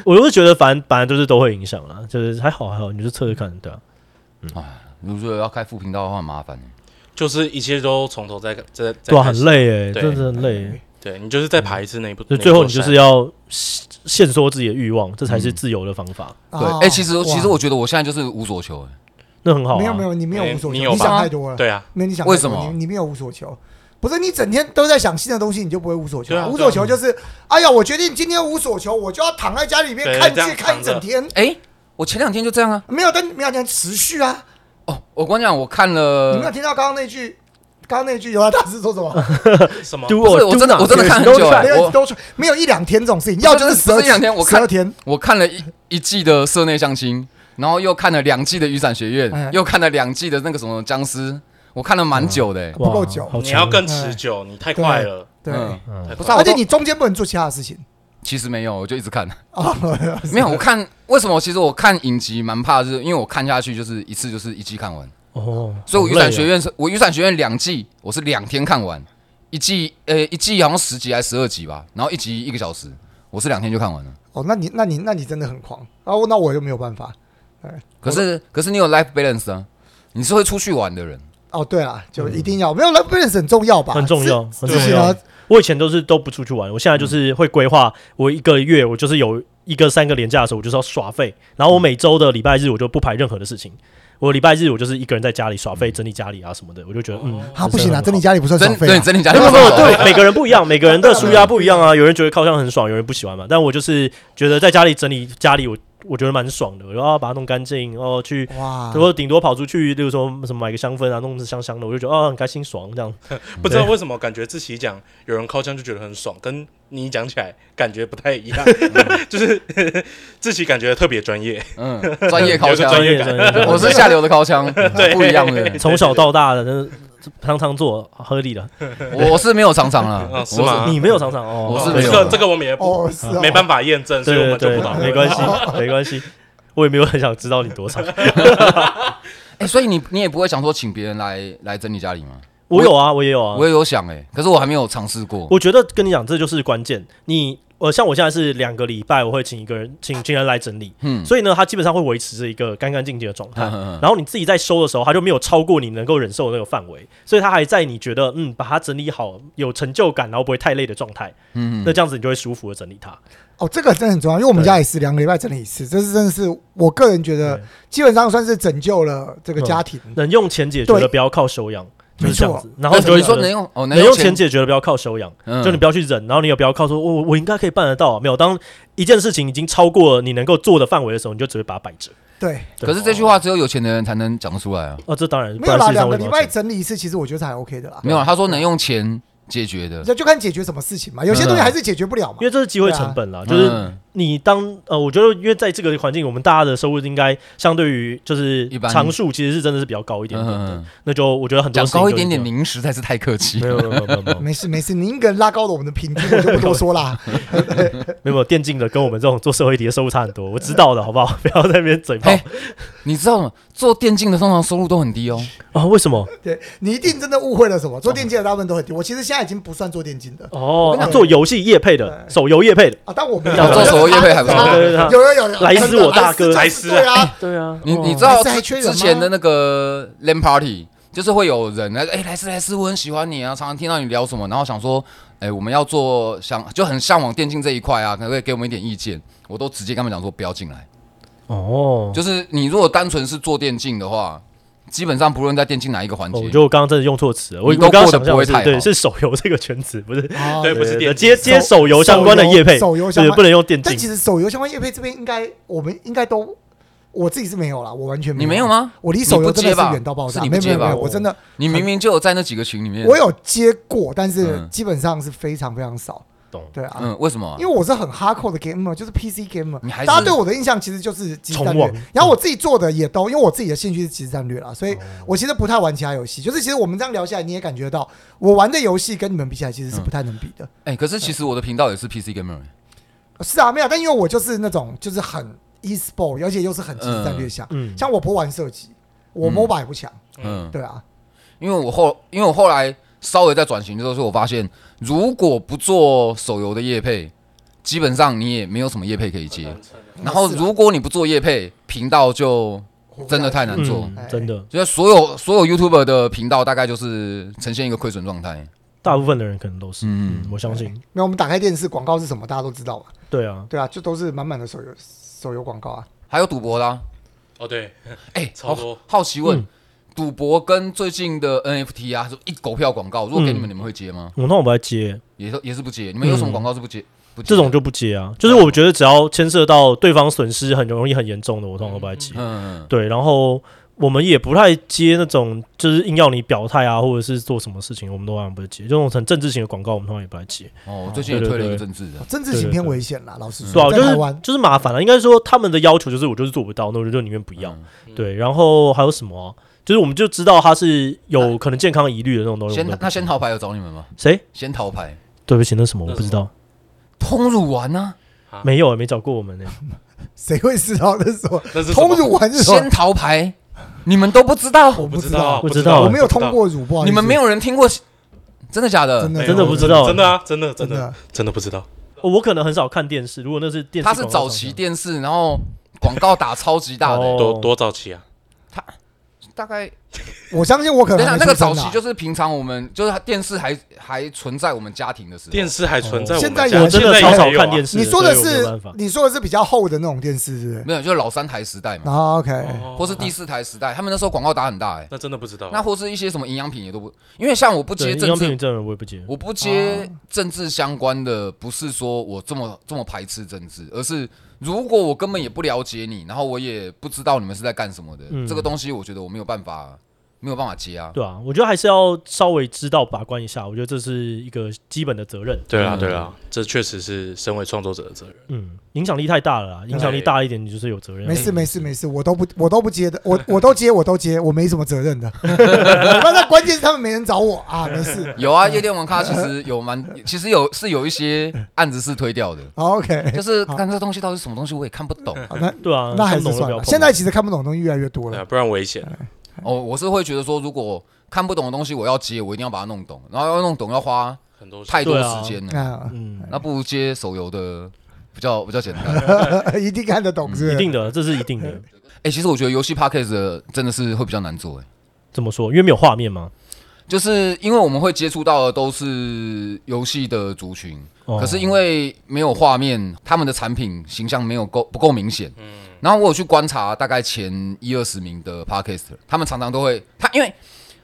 我就是觉得反正反正就是都会影响啦，就是还好还好，你就测试看，对啊。
如果要开副频道的话，很麻烦欸。
就是一切都从头再再再
对啊，
开始
很累哎，
对
真的很累。
对你就是再爬一次那一步，
就
那一
最后
座
你就是
山
要限缩自己的欲望，这才是自由的方法，
哦
对，哎，其实其实我觉得我现在就是无所求，哎
那很好啊。
没有没有，你没有无所
哎你
求，
有
你想
吧
太多了。
对啊，
没有你想
为什么
太多你你没有无所求？不是你整天都在想新的东西，你就不会无所求、
对啊
无所求就是，哎呀，我决定今天无所求，我就要躺在家里面
对
看
这样
剧看一
躺着
整天。
哎，我前两天就这样啊。
没有，但没有，你要持续啊！
哦，我跟你讲，我看
嗯
你没有
了，
听到刚刚那句，刚刚那句有啊，大师说什么？
什么
Do
不
or
是我
do
真的
not，
我真的看很
都
啊
久哎
没
算
我
有都出没有一两天这种事情，
是
要就是
不是
十二
一两天我
十
看
二天，
我看了一一季的室内相亲，然后又看了两季的雨伞学
哎
院，又看了两季的那个什么僵尸，我看了
嗯
蛮久的欸。
哇
不够久
好
你
强
要更持久，你太快了，
对。
嗯，
嗯
太
不
快
是啊，
了
我
而且
都
你中间不能做其他的事情
其实没有，我就一直看。
啊！
没有，我看为什么？其实我看影集蛮怕，就是因为我看下去就是一次就是一季看完，
哦，
所以我雨
好累
伞
哦
学院是我雨伞学院两季，我是两天看完，一季呃一季好像十集还是十二集吧，然后一集一个小时，我是两天就看完了。
哦，那你那你那你真的很狂啊！那我就没有办法。
可是可是你有 life balance 啊，你是会出去玩的人。
哦，对了，就一定要没有 l e v e 很重要吧？
很重要，
自
很
自己
重
要
要。我以前都是都不出去玩，我现在
嗯
就是会规划，我一个月我就是有一个三个连假的时候，我就是要耍废。然后我每周的礼拜日我就不排任何的事情，我礼拜日我就是一个人在家里耍
嗯
废，整理家里啊什么的，我就觉
哦
得嗯，
啊，不行啊，
真
整
的
理家里不算耍
真
废
对
啊。
真的假
没
的？
有没有，对，每个人不一样，每个人的舒压不一样啊。有人觉得靠上很爽，有人不喜欢嘛。但我就是觉得在家里整理家里，我我觉得蛮爽的。然后把它弄干净，然后去。
哇
或者顶多跑出去，例如说什么买个香氛啊，弄得香香的，我就觉得啊很开心爽这样。
不知道为什么感觉自己讲有人靠枪就觉得很爽，跟你讲起来感觉不太一样，
嗯
就是自己感觉特别专业，
嗯，专业靠
有一个
枪，
专业
专业，专业
我是下流的靠枪，
对
不一样的。
从小到大的，真的常常做合理的。
我是没有常常了，
啊
我
是吗
你没有常常哦，
我是没
这
有啊
个这个我们也不
哦，是哦
没办法验证，所以我
对
们就
对
不
对，
讨
没
论。
关系，没关系。我也没有很想知道你多少，
哎，所以你你也不会想说请别人来来整理家里吗？
我有啊，我也有啊
我。也有想哎，可是我还没有尝试过。
我觉得跟你讲，这就是关键。你呃，像我现在是两个礼拜，我会请一个人，请请人来整理，
嗯
所以呢，他基本上会维持着一个干干净净的状态。
嗯嗯嗯
然后你自己在收的时候，他就没有超过你能够忍受的那个范围，所以他还在你觉得嗯，把它整理好，有成就感，然后不会太累的状态。
嗯，
那这样子你就会舒服的整理它。
哦，这个真的很重要，因为我们家也是两个礼拜整理一次，这是真的是我个人觉得
对嗯
基本上算是拯救了这个家庭。
能用钱解决
对
的不要靠修养，就
没
是这样
错
子。，然后你就
你
会
说
觉得
能用哦，
能用钱
钱，
解决的不要靠修养，
嗯
就你不要去忍，然后你也不要靠说，我我我应该可以办得到、啊。没有，当一件事情已经超过了你能够做的范围的时候，你就只会把它摆着。
对，
可是这句话只有有钱的人才能讲得出来啊。
哦，这当然
没有啦，
不然事实
两
上
个
为什
礼
么
拜
要钱
整理一次，其实我觉得是还 OK 的啦。
没有啊，他说能用钱解决的，
嗯
那就看解决什么事情嘛，有些东西还是解决不了嘛
因。为这是机会成本啦，
嗯
啊就是你当呃，我觉得因为在这个环境，我们大家的收入应该相对于就是
一般
常数，其实是真的是比较高一点点的。
嗯，
那就我觉得很多
讲
事情
高一
就
点点，
是
您实在是太客气
这
了。
样，没有没有没有没有没有
没事没事，你一个人拉高了我们的平均，我就不多说啦。
没有没有电竞的跟我们这种做社会题的收入差很多，我知道的好不好？不要在那边嘴炮
嘿你知道吗？做电竞的通常收入都很低哦。
啊？为什么？
对 你一定真的误会了什么？做电竞的大部分都很低，我其实现在已经不算做电竞的我
哦
跟你，讲
做游戏业配的，手游业配的，
啊，但我没有
要做
手游业配还不错
啊对对对
有有有有，
莱斯
真的
我大哥
莱斯就是对啊，
对啊
你你知道
还是还缺人吗
之前的那个 LAN party，就是会有人来，哎、莱斯莱斯，我很喜欢你啊，常常听到你聊什么，然后想说，哎、我们要做想就很向往电竞这一块啊，可不可以给我们一点意见？我都直接跟他们讲说不要进来。
哦，
就是你如果单纯是做电竞的话，基本上不论在电竞哪一个环节，
哦我觉得我刚刚真的用错词了，我我
你都
刚
过
刚
得
想
不
象的
会
是
太
对，
好
是手游这个圈子，不是
哦
对，不是电竞
接接手游相关的业
手
配，
手游相
对，
关
不能用电
但其
竞。
实手游相关业配这边应该我们应该都，我自己是没有啦，我完全
你没有？吗？
我离手游真
你不接
的是
吧
远到爆
是
炸，
你
没
不
有没
接
有没
吧
有，？我真的
你明明就有在那几个群里面。
我有接过，但是
嗯
基本上是非常非常少。
懂
对啊，
嗯，为什么啊、
因为我是很哈扣的 gamer，就是 PC gamer，
你还是
大家对我的印象其实就是即时战
冲
略
网。
然后我自己做的也都，因为我自己的兴趣是即时战略啦，
哦
所以我其实不太玩其他游戏。就是其实我们这样聊下来，你也感觉到我玩的游戏跟你们比起来，其实是不太能比的。
哎、可是其实我的频道也是 PC gamer，欸
是啊，没有，但因为我就是那种就是很 e sport，而且又是很即时战略向，
嗯，
像我不玩射击，我
嗯
MOBA 也不强，
嗯，
对啊，
因为我后因为我后来稍微在转型的时候，我发现如果不做手游的业配，基本上你也没有什么业配可以接。然后如果你不做业配，频道就真的太难做。
嗯
哎
真的，
就是所有所有 YouTuber 的频道大概就是呈现一个亏损状态，
大部分的人可能都是，
嗯
嗯，我相信，
那我们打开电视广告是什么，大家都知道嘛，
对啊，
对啊，就都是满满的手游手游广告啊。
还有赌博啦、
哦，对，
哎、
超
好
多
好奇问
嗯，
赌、博跟最近的 NFT 啊，就一狗票广告，如果给你
嗯
们，你们会接啊吗？
我那我不爱接
也是也是不接。你们有什么广告是不接？不接的
嗯这种就不接啊，就是我觉得只要牵涉到对方损失很容易很严重的，我通常都不爱接。
嗯，嗯
对，然后我们也不太接那种就是硬要你表态啊，或者是做什么事情，我们都好像不会接。这种很政治型的广告，我们通常也不太接。
哦，我最近也
对
推
对
了一个
对
政治的，
政治型偏危险啦，老实
对啊，
说，
就
在台湾
是就是麻烦了。应该说他们的要求就是我就是做不到，那我就宁愿不要。
嗯
对，然后还有什么啊、就是我们就知道他是有可能健康疑虑的那种东西。
先
我们都不
那先逃牌有找你们吗？
谁？
先逃牌，
对不起，那什么我
那
不知道，
通乳丸呢、
啊
没有，没找过我们呢。
谁会知道那时候
那是什么
通乳丸是什
先
么？
逃牌，你们都不知道，
我
不知
道，
不
不
知
知
道啊
道，
我没有通过乳，不好
啊
意
你
思
们没有人听过，真的假的？
真的
没有，
真的不知道
真的啊，真的，
真
真的，
的
真的不知道。
哦我可能很少看电视，如果那是电视
他
广告
是
上的，
早期电视，然后广告打超级大的、
哦
多多早期啊？
大概
我相信我可
等一
能
下
还
那
没
个
出生
早
啊
期就是平常我们就是电视还还存在我们家庭的时候，
电视还存在我们
现在
家，
有
我真的
现
超
在
少
也有啊
看电视。
你说的
所以我没有
是
办法
你说的是比较厚的那种电视，是不是？
没有，就是老三台时代嘛，
然后 OK，
哎
哦
或是第四台时代，他们那时候广告打很大哎、
那真的不知道。
那或是一些什么营养品也都不，因为像我不
对
接
营
政
养品哦
治
与证人我也不接。
我不接政治相关的，不是说我这么这么排斥政治，而是如果我根本也不了解你，然后我也不知道你们是在干什么的，
嗯
这个东西我觉得我没有办法，没有办法接啊。
对啊，我觉得还是要稍微知道把关一下，我觉得这是一个基本的责任。
对啦，
嗯
对啦，这确实是身为创作者的责任。
嗯，影响力太大了啦，影响力大一点，你就是有责任。
没
嗯
哎事没事没事，我都不我都不接的，我我都接我都接，我没什么责任的。 那那关键是他们没人找我啊，没事。
有啊，夜店网咖其实有蛮， 其实有是有一些案子是推掉的，
好
哎
OK，
就是看这东西到底是什么东西，我也看不懂。
好那
对啊，
那还
看不
是算
懂就不要
了。
碰。
现在其实看不懂的东西越来越多
对啊，
了。
不然危险。
嗯
哦，我是会觉得说，如果看不懂的东西我要接，我一定要把它弄懂，然后要弄懂要花
很多
太多
对啊
时间了，
啊，
嗯，
那不如接手游的比较比较简单。
啊 一定看得懂是不
嗯一
是？
定的，这是一定的。
哎、其实我觉得游戏 podcast 的真的是会比较难做、欸，
怎么说？因为没有画面嘛。
就是因为我们会接触到的都是游戏的族群，
哦
可是因为没有画面，他们的产品形象没有够不够明显。然后我有去观察大概前一二十名的 podcaster，他们常常都会他因为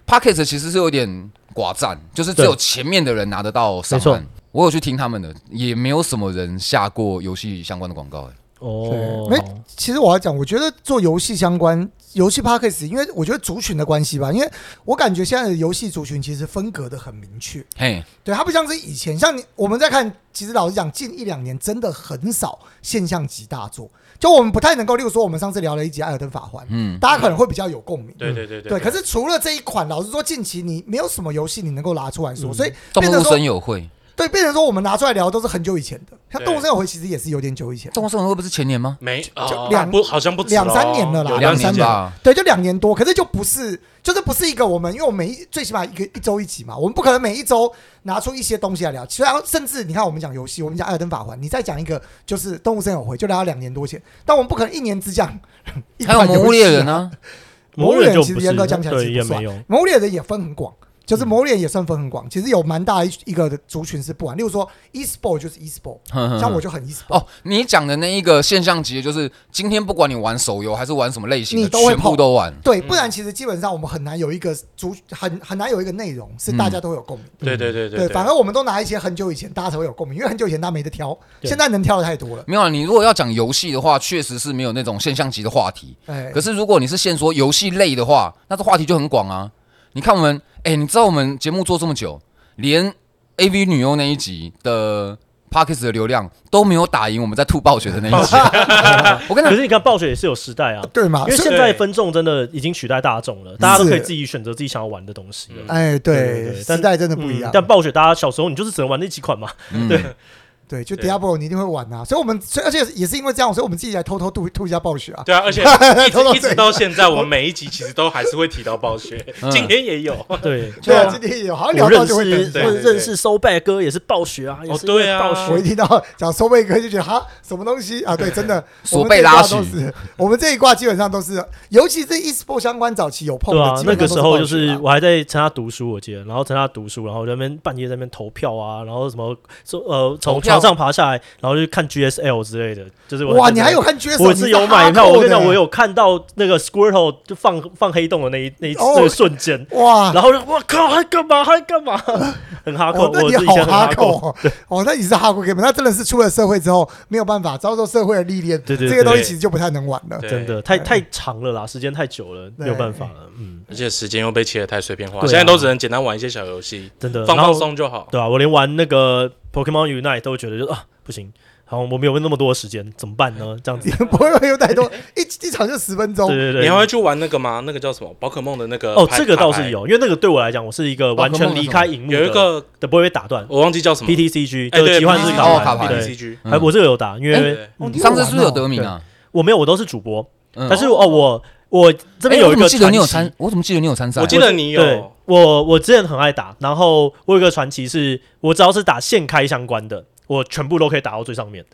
podcast 其实是有点寡占，就是只有
对
前面的人拿得到上
没错
岸。我有去听他们的，也没有什么人下过游戏相关的广告、欸。
哦
对，没，其实我要讲，我觉得做游戏相关游戏 p a c k a g e 因为我觉得族群的关系吧，因为我感觉现在的游戏族群其实分隔的很明确，
嘿，
对，它不像是以前，像你我们在看，其实老实讲，近一两年真的很少现象级大作，就我们不太能够，例如说我们上次聊了一集《艾尔登法环》，
嗯，
大家可能会比较有共鸣，
对对对
对，可是除了这一款，老实说，近期你没有什么游戏你能够拿出来说，
嗯
所以
动
变成
物
说
声，友会，
对，变成说我们拿出来聊都是很久以前的，像《
对
动物森友会》其实也是有点久以前，
动物声友会不是前年吗？
没
就
啊，
两
不好像不止
两
咯
三年了啦
有
两
两
年
段时间
吧，
对，就两年多，可是就不是，就是不是一个我们，因为我们每一最起码一个一周一集嘛，我们不可能每一周拿出一些东西来聊。其实，甚至你看，我们讲游戏，我们讲《艾尔登法环》，你再讲一个就是《动物森友会》，就聊到两年多前，但我们不可能一年只 讲一
还有
款
魔
游
物
戏
猎人
啊，
啊，
魔
魔
物
物
猎
猎
人
人
其实严格讲起来
对
其实
也
不算
没有，
《魔物猎人》也分很广，就是《魔物猎人》也算分很广，其实有蛮大一一个的族群是不玩。例如说 e-sport 就是 e-sport，像我就很 e e-sport，
哦，你讲的那一个现象级，就是今天不管你玩手游还是玩什么类型的，
你都会
全部
碰
都玩。
对，不然其实基本上我们很难有一个族很很难有一个内容是大家都会有共鸣。
对对对
对，
对，
反而我们都拿一些很久以前大家才会有共鸣，因为很久以前大家没得挑，
对
现在能挑的太多了。
没有啊，你如果要讲游戏的话，确实是没有那种现象级的话题。
哎，
可是如果你是限说游戏类的话，那这话题就很广啊。你看我们，哎、你知道我们节目做这么久，连 A V 女优那一集的 p o c k e t 的流量都没有打赢我们在吐暴雪的那一 集。我跟你
可
讲，
是你看暴雪也是有时代啊，
对嘛
因？为
所以
现在分众真的已经取代大众了，大家都可以自己选择自己想要玩的东西了。
哎，
对
对，
对对
时代真的不一样
嗯。但暴雪大家小时候你就是只能玩那几款嘛，
嗯
对
对，就
对
Diablo 你一定会玩啊呐，所以我们，所以而且也是因为这样，所以我们自己来偷偷吐吐一下暴雪啊。
对啊，而且一直一直到现在，我们每一集其实都还是会提到暴雪，
嗯
今天也有。
对。
对啊，
就
今天也有，好像聊
我
到
认
就会
识
等。
对
我
对对
认识收拜哥也是暴雪啊，也是因为
对啊
暴雪
我一听到讲收贝哥就觉得哈什么东西 啊？对，真的，
索贝拉许
我们这一挂都是， 我们这一挂基本上都是，尤其是 e-sport 相关早期有碰
对
的
啊，，
基
那
本上
个
都
时候就
暴雪
是
啊
我还在成大读书，我记得，然后成大读书，然后在那边半夜在那边投票啊，然后什么说呃
投
从
票
床上爬下来，然后就看 GSL 之类的，就是我
哇，
在
你
那
还有看 GS？
我
你
是有买票，
哈扣
我跟你讲，
的
我有看到那个 Squirtle 就放放黑洞的那一那一
哦
那个瞬间，
哇。
然后就我靠，还干嘛还干嘛，很哈扣，
哦，那
我
你
是以
好
前很
哈
哈
扣
扣，
哦，哦，那你是哈扣 game，那真的是出了社会之后没有办法遭受社会的历练，
对对
这个东西
对
其实就不太能玩了。
对
真的太太长了啦，时间太久了，没有办法了，嗯，
而且时间又被切得太碎片化，
对啊
现在都只能简单玩一些小游戏，
真的
放
然后
放松就好。
对啊，我连玩那个 Pokemon Unite 都觉得就啊不行，然后我没有那么多时间，怎么办呢？这样子
你，不会有太多，一一场就十分钟
对，对对，
你呃还会去玩那个吗？那个叫什么宝可梦的那个？
哦，这个倒是。有，因为那个对我来讲，我是一
哦
个完全离开荧幕的，
有一个
的不会被打断
我忘记叫什么
PTCG，
哎
就是
对
奇幻
式
日
卡
哦卡
牌卡牌
对
PTCG
嗯
哎，我这个有打，因
哎
为嗯
对
哦
你
你有
上次是不是有
玩哦
得名啊？
我没有，我都是主播，
嗯
但是哦，我我这边
哎
有
我
一
怎么
个
记得
传
你有
奇
参，，我怎么记得你有参赛？
我记得你
对
有，哦
我我之前很爱打，然后我有一个传奇是，我只要是打现开相关的，我全部都可以打到最上面，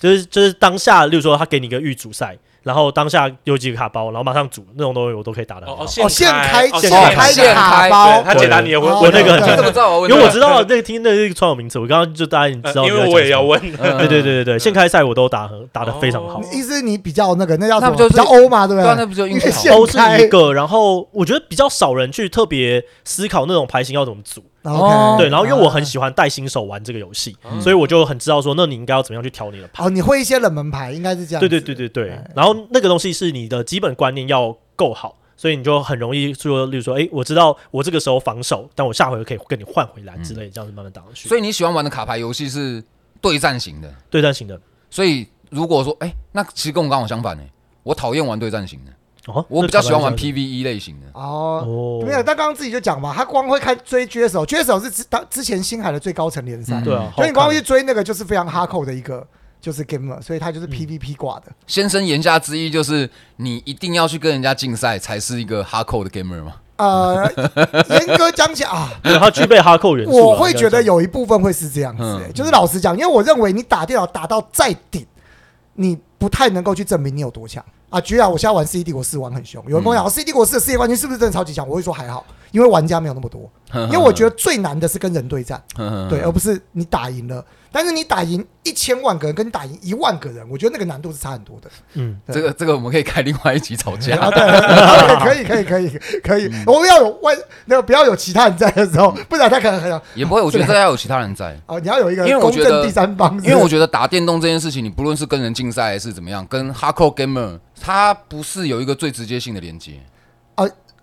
就是就是当下，例如说他给你一个预组赛。然后当下有几个卡包，然后马上组那种东西，我都可以打的。
哦哦，
哦，
现
现开
哦
现
开
开
现
的卡
开
对
包，
他解答你的问
哦
我那个
你
对
怎么知道？啊
因为我
知
知道那个听那个专有名词，我刚刚就大概你知道、
呃因为我也要嗯问，
嗯
对对对对对，现开赛我都打很打的非常好
哦。
意思是你比较那个，那叫什
那
么？
不就是
比较欧嘛，对不
对啊，那
对？
不就运
因
气
为
好
现？
都是一个，然后我觉得比较少人去特别思考那种牌型要怎么组，
哦
OK，
对。然后因为我很喜欢带新手玩这个游戏，
嗯
所以我就很知道说，那你应该要怎么样去调你的牌。
哦，你会一些冷门牌，应该是这样子。
对对对对对
哎。
然后那个东西是你的基本观念要够好，所以你就很容易说，例如说，哎，我知道我这个时候防守，但我下回可以跟你换回来之类，这样子慢慢打上去。
所以你喜欢玩的卡牌游戏是对战型的。
对战型的
所以如果说，哎、那其实跟我刚好相反呢、我讨厌玩对战型的，
哦，
我比较喜欢玩
那卡牌
PVE 类型的。
哦，
哦，
没有，
啊
他刚刚自己就讲嘛，他光会看追 g s 角 s 手是之当之前星海的最高层联赛，
嗯
对啊，
所以你光
好看
去追那个就是非常哈扣的一个就是 gamer，所以他就是
嗯
PVP 挂的。
先生言下之意就是，你一定要去跟人家竞赛，才是一个哈扣的 gamer 嘛。
呃， 严格讲起来啊，
对它具备哈扣元素啊。
我会觉得
应该
有一部分会是这样子、
嗯
欸就是老实讲，因为我认为你打电脑打到再顶，你不太能够去证明你有多强。啊，居然我现在玩《C D 国四》玩很凶，有人跟我讲《C D 国四》的世界冠军是不是真的超级强？我会说还好，因为玩家没有那么 多。因为我觉得最难的是跟人对战，
嗯
得
对，而不是你打赢了。但是你打赢一千万个人，跟你打赢一万个人，我觉得那个难度是差很多的。
嗯，
这个这个我们可以开另外一集吵
啊，
架。
对，可以，可以，可以，可
嗯
以。我们要有外，那个不要有其他人在的时候，不然他可能很想
也不会，我觉得这要有其他人在，
哦，你要有一个
因为我
公
觉
正
得
第三方是不是，
因为我觉得打电动这件事情，你不论是跟人竞赛还是怎么样，跟 hardcore gamer，它不是有一个最直接性的连接。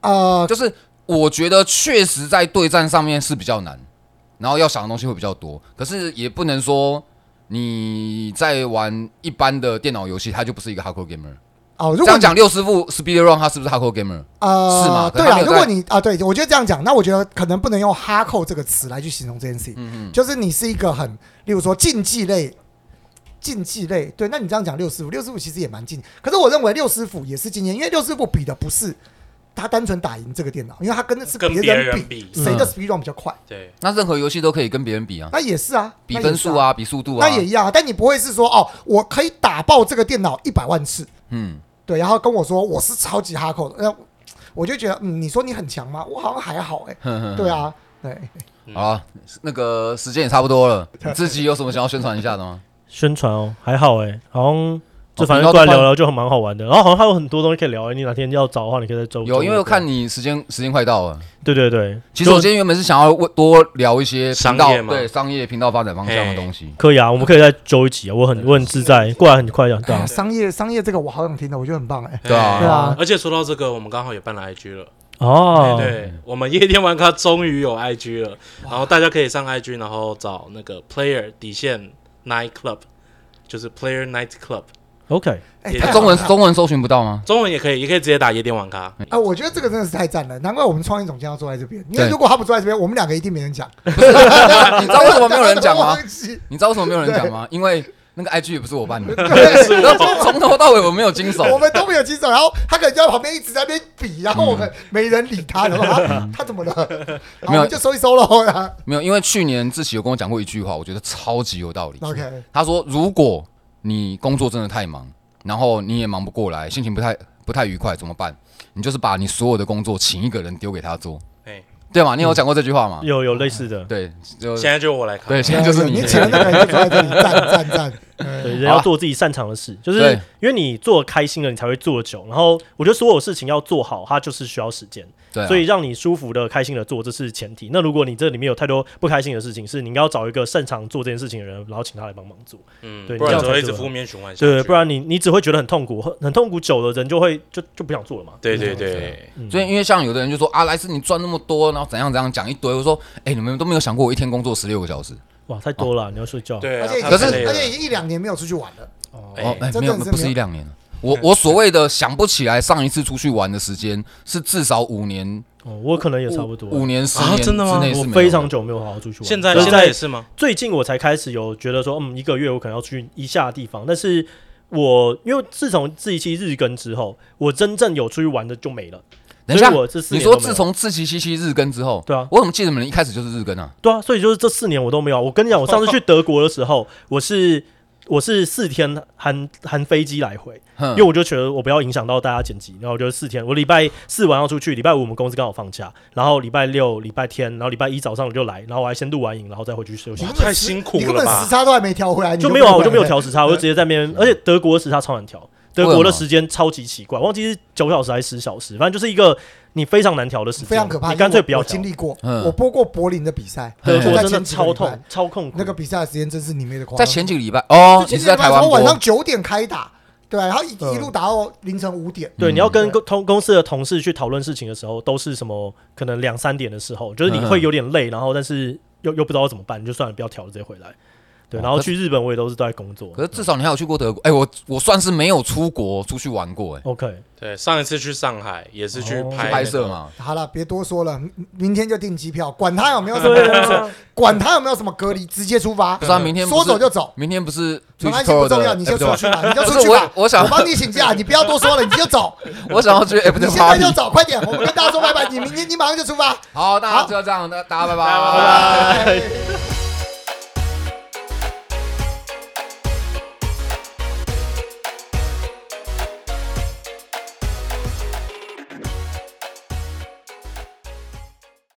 呃，
就是我觉得确实在对战上面是比较难，然后要想的东西会比较多，可是也不能说你在玩一般的电脑游戏，它就不是一个 hardcore gamer。
哦，如
这
果
样
你
讲，六师傅 speed run 他是不是 hardcore gamer？
呃，
是嘛可
对
是他
啦，
没有
如果
在
你啊，对我觉得这样讲，那我觉得可能不能用“哈扣”这个词来去形容这件事
嗯
情，就是你是一个很，例如说竞技类。竞技类，对，那你这样讲六师傅，六师傅其实也蛮竞，可是我认为六师傅也是竞技，因为六师傅比的不是他单纯打赢这个电脑，因为他跟的是
跟
别
别
人
人
比，
比
谁的
嗯
speed run 比较快，
对，
那任何游戏都可以跟别人比啊，
那也是啊，
比
那也
分
是
数，啊，比速度啊
那。也一样啊，但你不会是说哦，我可以打爆这个电脑一百万次，
嗯，
对，然后跟我说我是超级哈扣的，那我就觉得，嗯，你说你很强吗？我好像还好哎、
哼哼
对啊，对，
好啊，那个时间也差不多了，你自己有什么想要宣传一下 的吗？
宣传哦，还好哎，好像就
哦
反
频
正
道
过来
都
聊
换
聊就很蛮好玩的。然后好像还有很多东西可以聊欸，你哪天要找的话，你可以再找。
有，因为我
我
看，你时间时间快到了。
对对对，
其实我
就
今天原本是想要为多聊一些频道
商业嘛
对商业频道发展方向的东西。
可以啊，我们可以再揪一集啊，我很我很自在，过来很快讲
哎
到
呀，。商业商业这个我好想听的，我觉得很棒哎、
对啊
对啊
而且说到这个，我们刚好也办了 IG 了。
哦，
对，我们夜店玩咖终于有 IG 了，然后大家可以上 IG，然后找那个 Player 底线 Night Club，就是 Player Night Club，
，OK，
哎、
也
太好
中文
了
中文搜寻不到吗？
中文也可以，也可以直接打夜店玩咖。
啊，我觉得这个真的是太赞了，难怪我们创意总监要坐在这边，因为
对
如果他不坐在这边，我们两个一定没 人讲。
你知道为什么啊没有人 讲吗
忘？记？
你知道为什么没有人讲吗？因为那个 IG 也不是我办的，
对，
然后从头到尾我没有经手。
我们都没有经手，然后他可能就在旁边一直在那边比，然后我们没人理他，然后 他他怎么了？然后
嗯没
我
有
们就收一收喽。
没有，因为去年志奇有跟我讲过一句话，我觉得超级有道理。
OK，
他说，如果你工作真的太忙，然后你也忙不过来，心情不太不太愉快，怎么办？你就是把你所有的工作请一个人丢给他做，
哎，
对吗？你有讲过这句话吗？
有有类似的，
对，就
现在就我来看。
对，现在就是你
你请的那个人就坐在这里，赞赞赞。嗯
对，人
好
要
啊
做自己擅长的事，就是
对
因为你做开心了，你才会做久。然后我觉得所有事情要做好，它就是需要时间，
对啊，
所以让你舒服的、开心的做，这是前提。那如果你这里面有太多不开心的事情，是你应该要找一个擅长做这件事情的人，然后请他来帮忙做。
嗯，
对
不然
你
只
这样
会
才
一直
对
负面循环下去。
对，不然你你只会觉得很痛苦，很很痛苦，久了人就会就就不想做了嘛。
对对对，
嗯
所以，因为像有的人就说啊，莱斯你赚那么多，然后怎样怎样讲一堆。我说，哎、你们都没有想过我一天工作十六个小时？
哇，太多了，你要睡觉。
对啊，
而且
他
可
太
是
累
而且已
了
经一两年没有出去玩了。
哦，
哎，
哎、
真的
没有，
是
不
没
是
有
一两年了。我我所谓的想不起来上一次出去玩的时间是至少五年，
哦，我可能也差不多。
五年十
啊
年
真的吗
之内
我
是没有
非常久没有好好出去玩，
现在
就是
现在也是吗？
最近我才开始有觉得说，嗯，一个月我可能要去一下地方，但是我因为自从这一期日更之后，我真正有出去玩的就没了。
等一下
所以我这四
你
年
说
都没有
自从自欺欺欺日更之后，
对啊
我怎么记得你们一开始就是日更啊？
对啊，所以就是这四年我都没有。我跟你讲，我上次去德国的时候，我是我是四天含含飞机来回，因
哼
为，我就觉得我不要影响到大家剪辑，然后我就四天，我礼拜四晚上出去，礼拜五我们公司刚好放假，然后礼拜六、礼拜天，然后礼拜一早上我就来，然后我还先录完影，然后再回去休息
你。根本
太
时
辛苦
你根
了
本时
吧？
差都还没调哎回来，你
就没有啊，我就没有
回来
调时差，我就直接在那
嗯
边，而且德国的时差超难调，德国的时间超级奇怪，忘记是九小时还是十小时，反正就是一个你非常难调的时间，啊
非常可怕。
你干脆不
因为我
要
我经
调。
历过，
嗯
我播过柏林的比赛，
德
就
国
在
真的
前几个礼拜
超痛，超痛苦。
那个比赛的时间真是你妹的夸张。
在前几个礼拜哦
就，
你
前
是
几
在
个礼拜
台湾
从
播
晚上九点开打，对啊，然后一
嗯
一路打到凌晨五点。
对，
嗯
你要跟
对
公公司的同事去讨论事情的时候，都是什么？可能两三点的时候，就是你
嗯
会有点累，然后但是又又不知道怎么办，你就算了，不要调了，直接回来。对，
哦
然后
可是
去日本我也都是都在工作
可。是至少你还有去过德国，哎、我我算是没有出国出去玩过、哎，
OK，
对，上一次去上海也是去
哦
去
拍那
拍
个
摄，嘛，
好了，别多说了，明明天就订机票，管他有没有什
对
么，
啊，
管他有没有什么隔离，直接出发
不，是啊，明天不
说
是
走就走。
明天不是
没关系，不重要，你先出去吧，你就
不
出
是
去吧。
我我想
我帮你请假，你不要多说了，你就 走，
我想要去哎 F
你
的
现在
party
就。走，快点，我们跟大家说拜拜，你明天你马上就出发。
好，大家就这样，大家拜拜，
拜
拜
拜。
拜。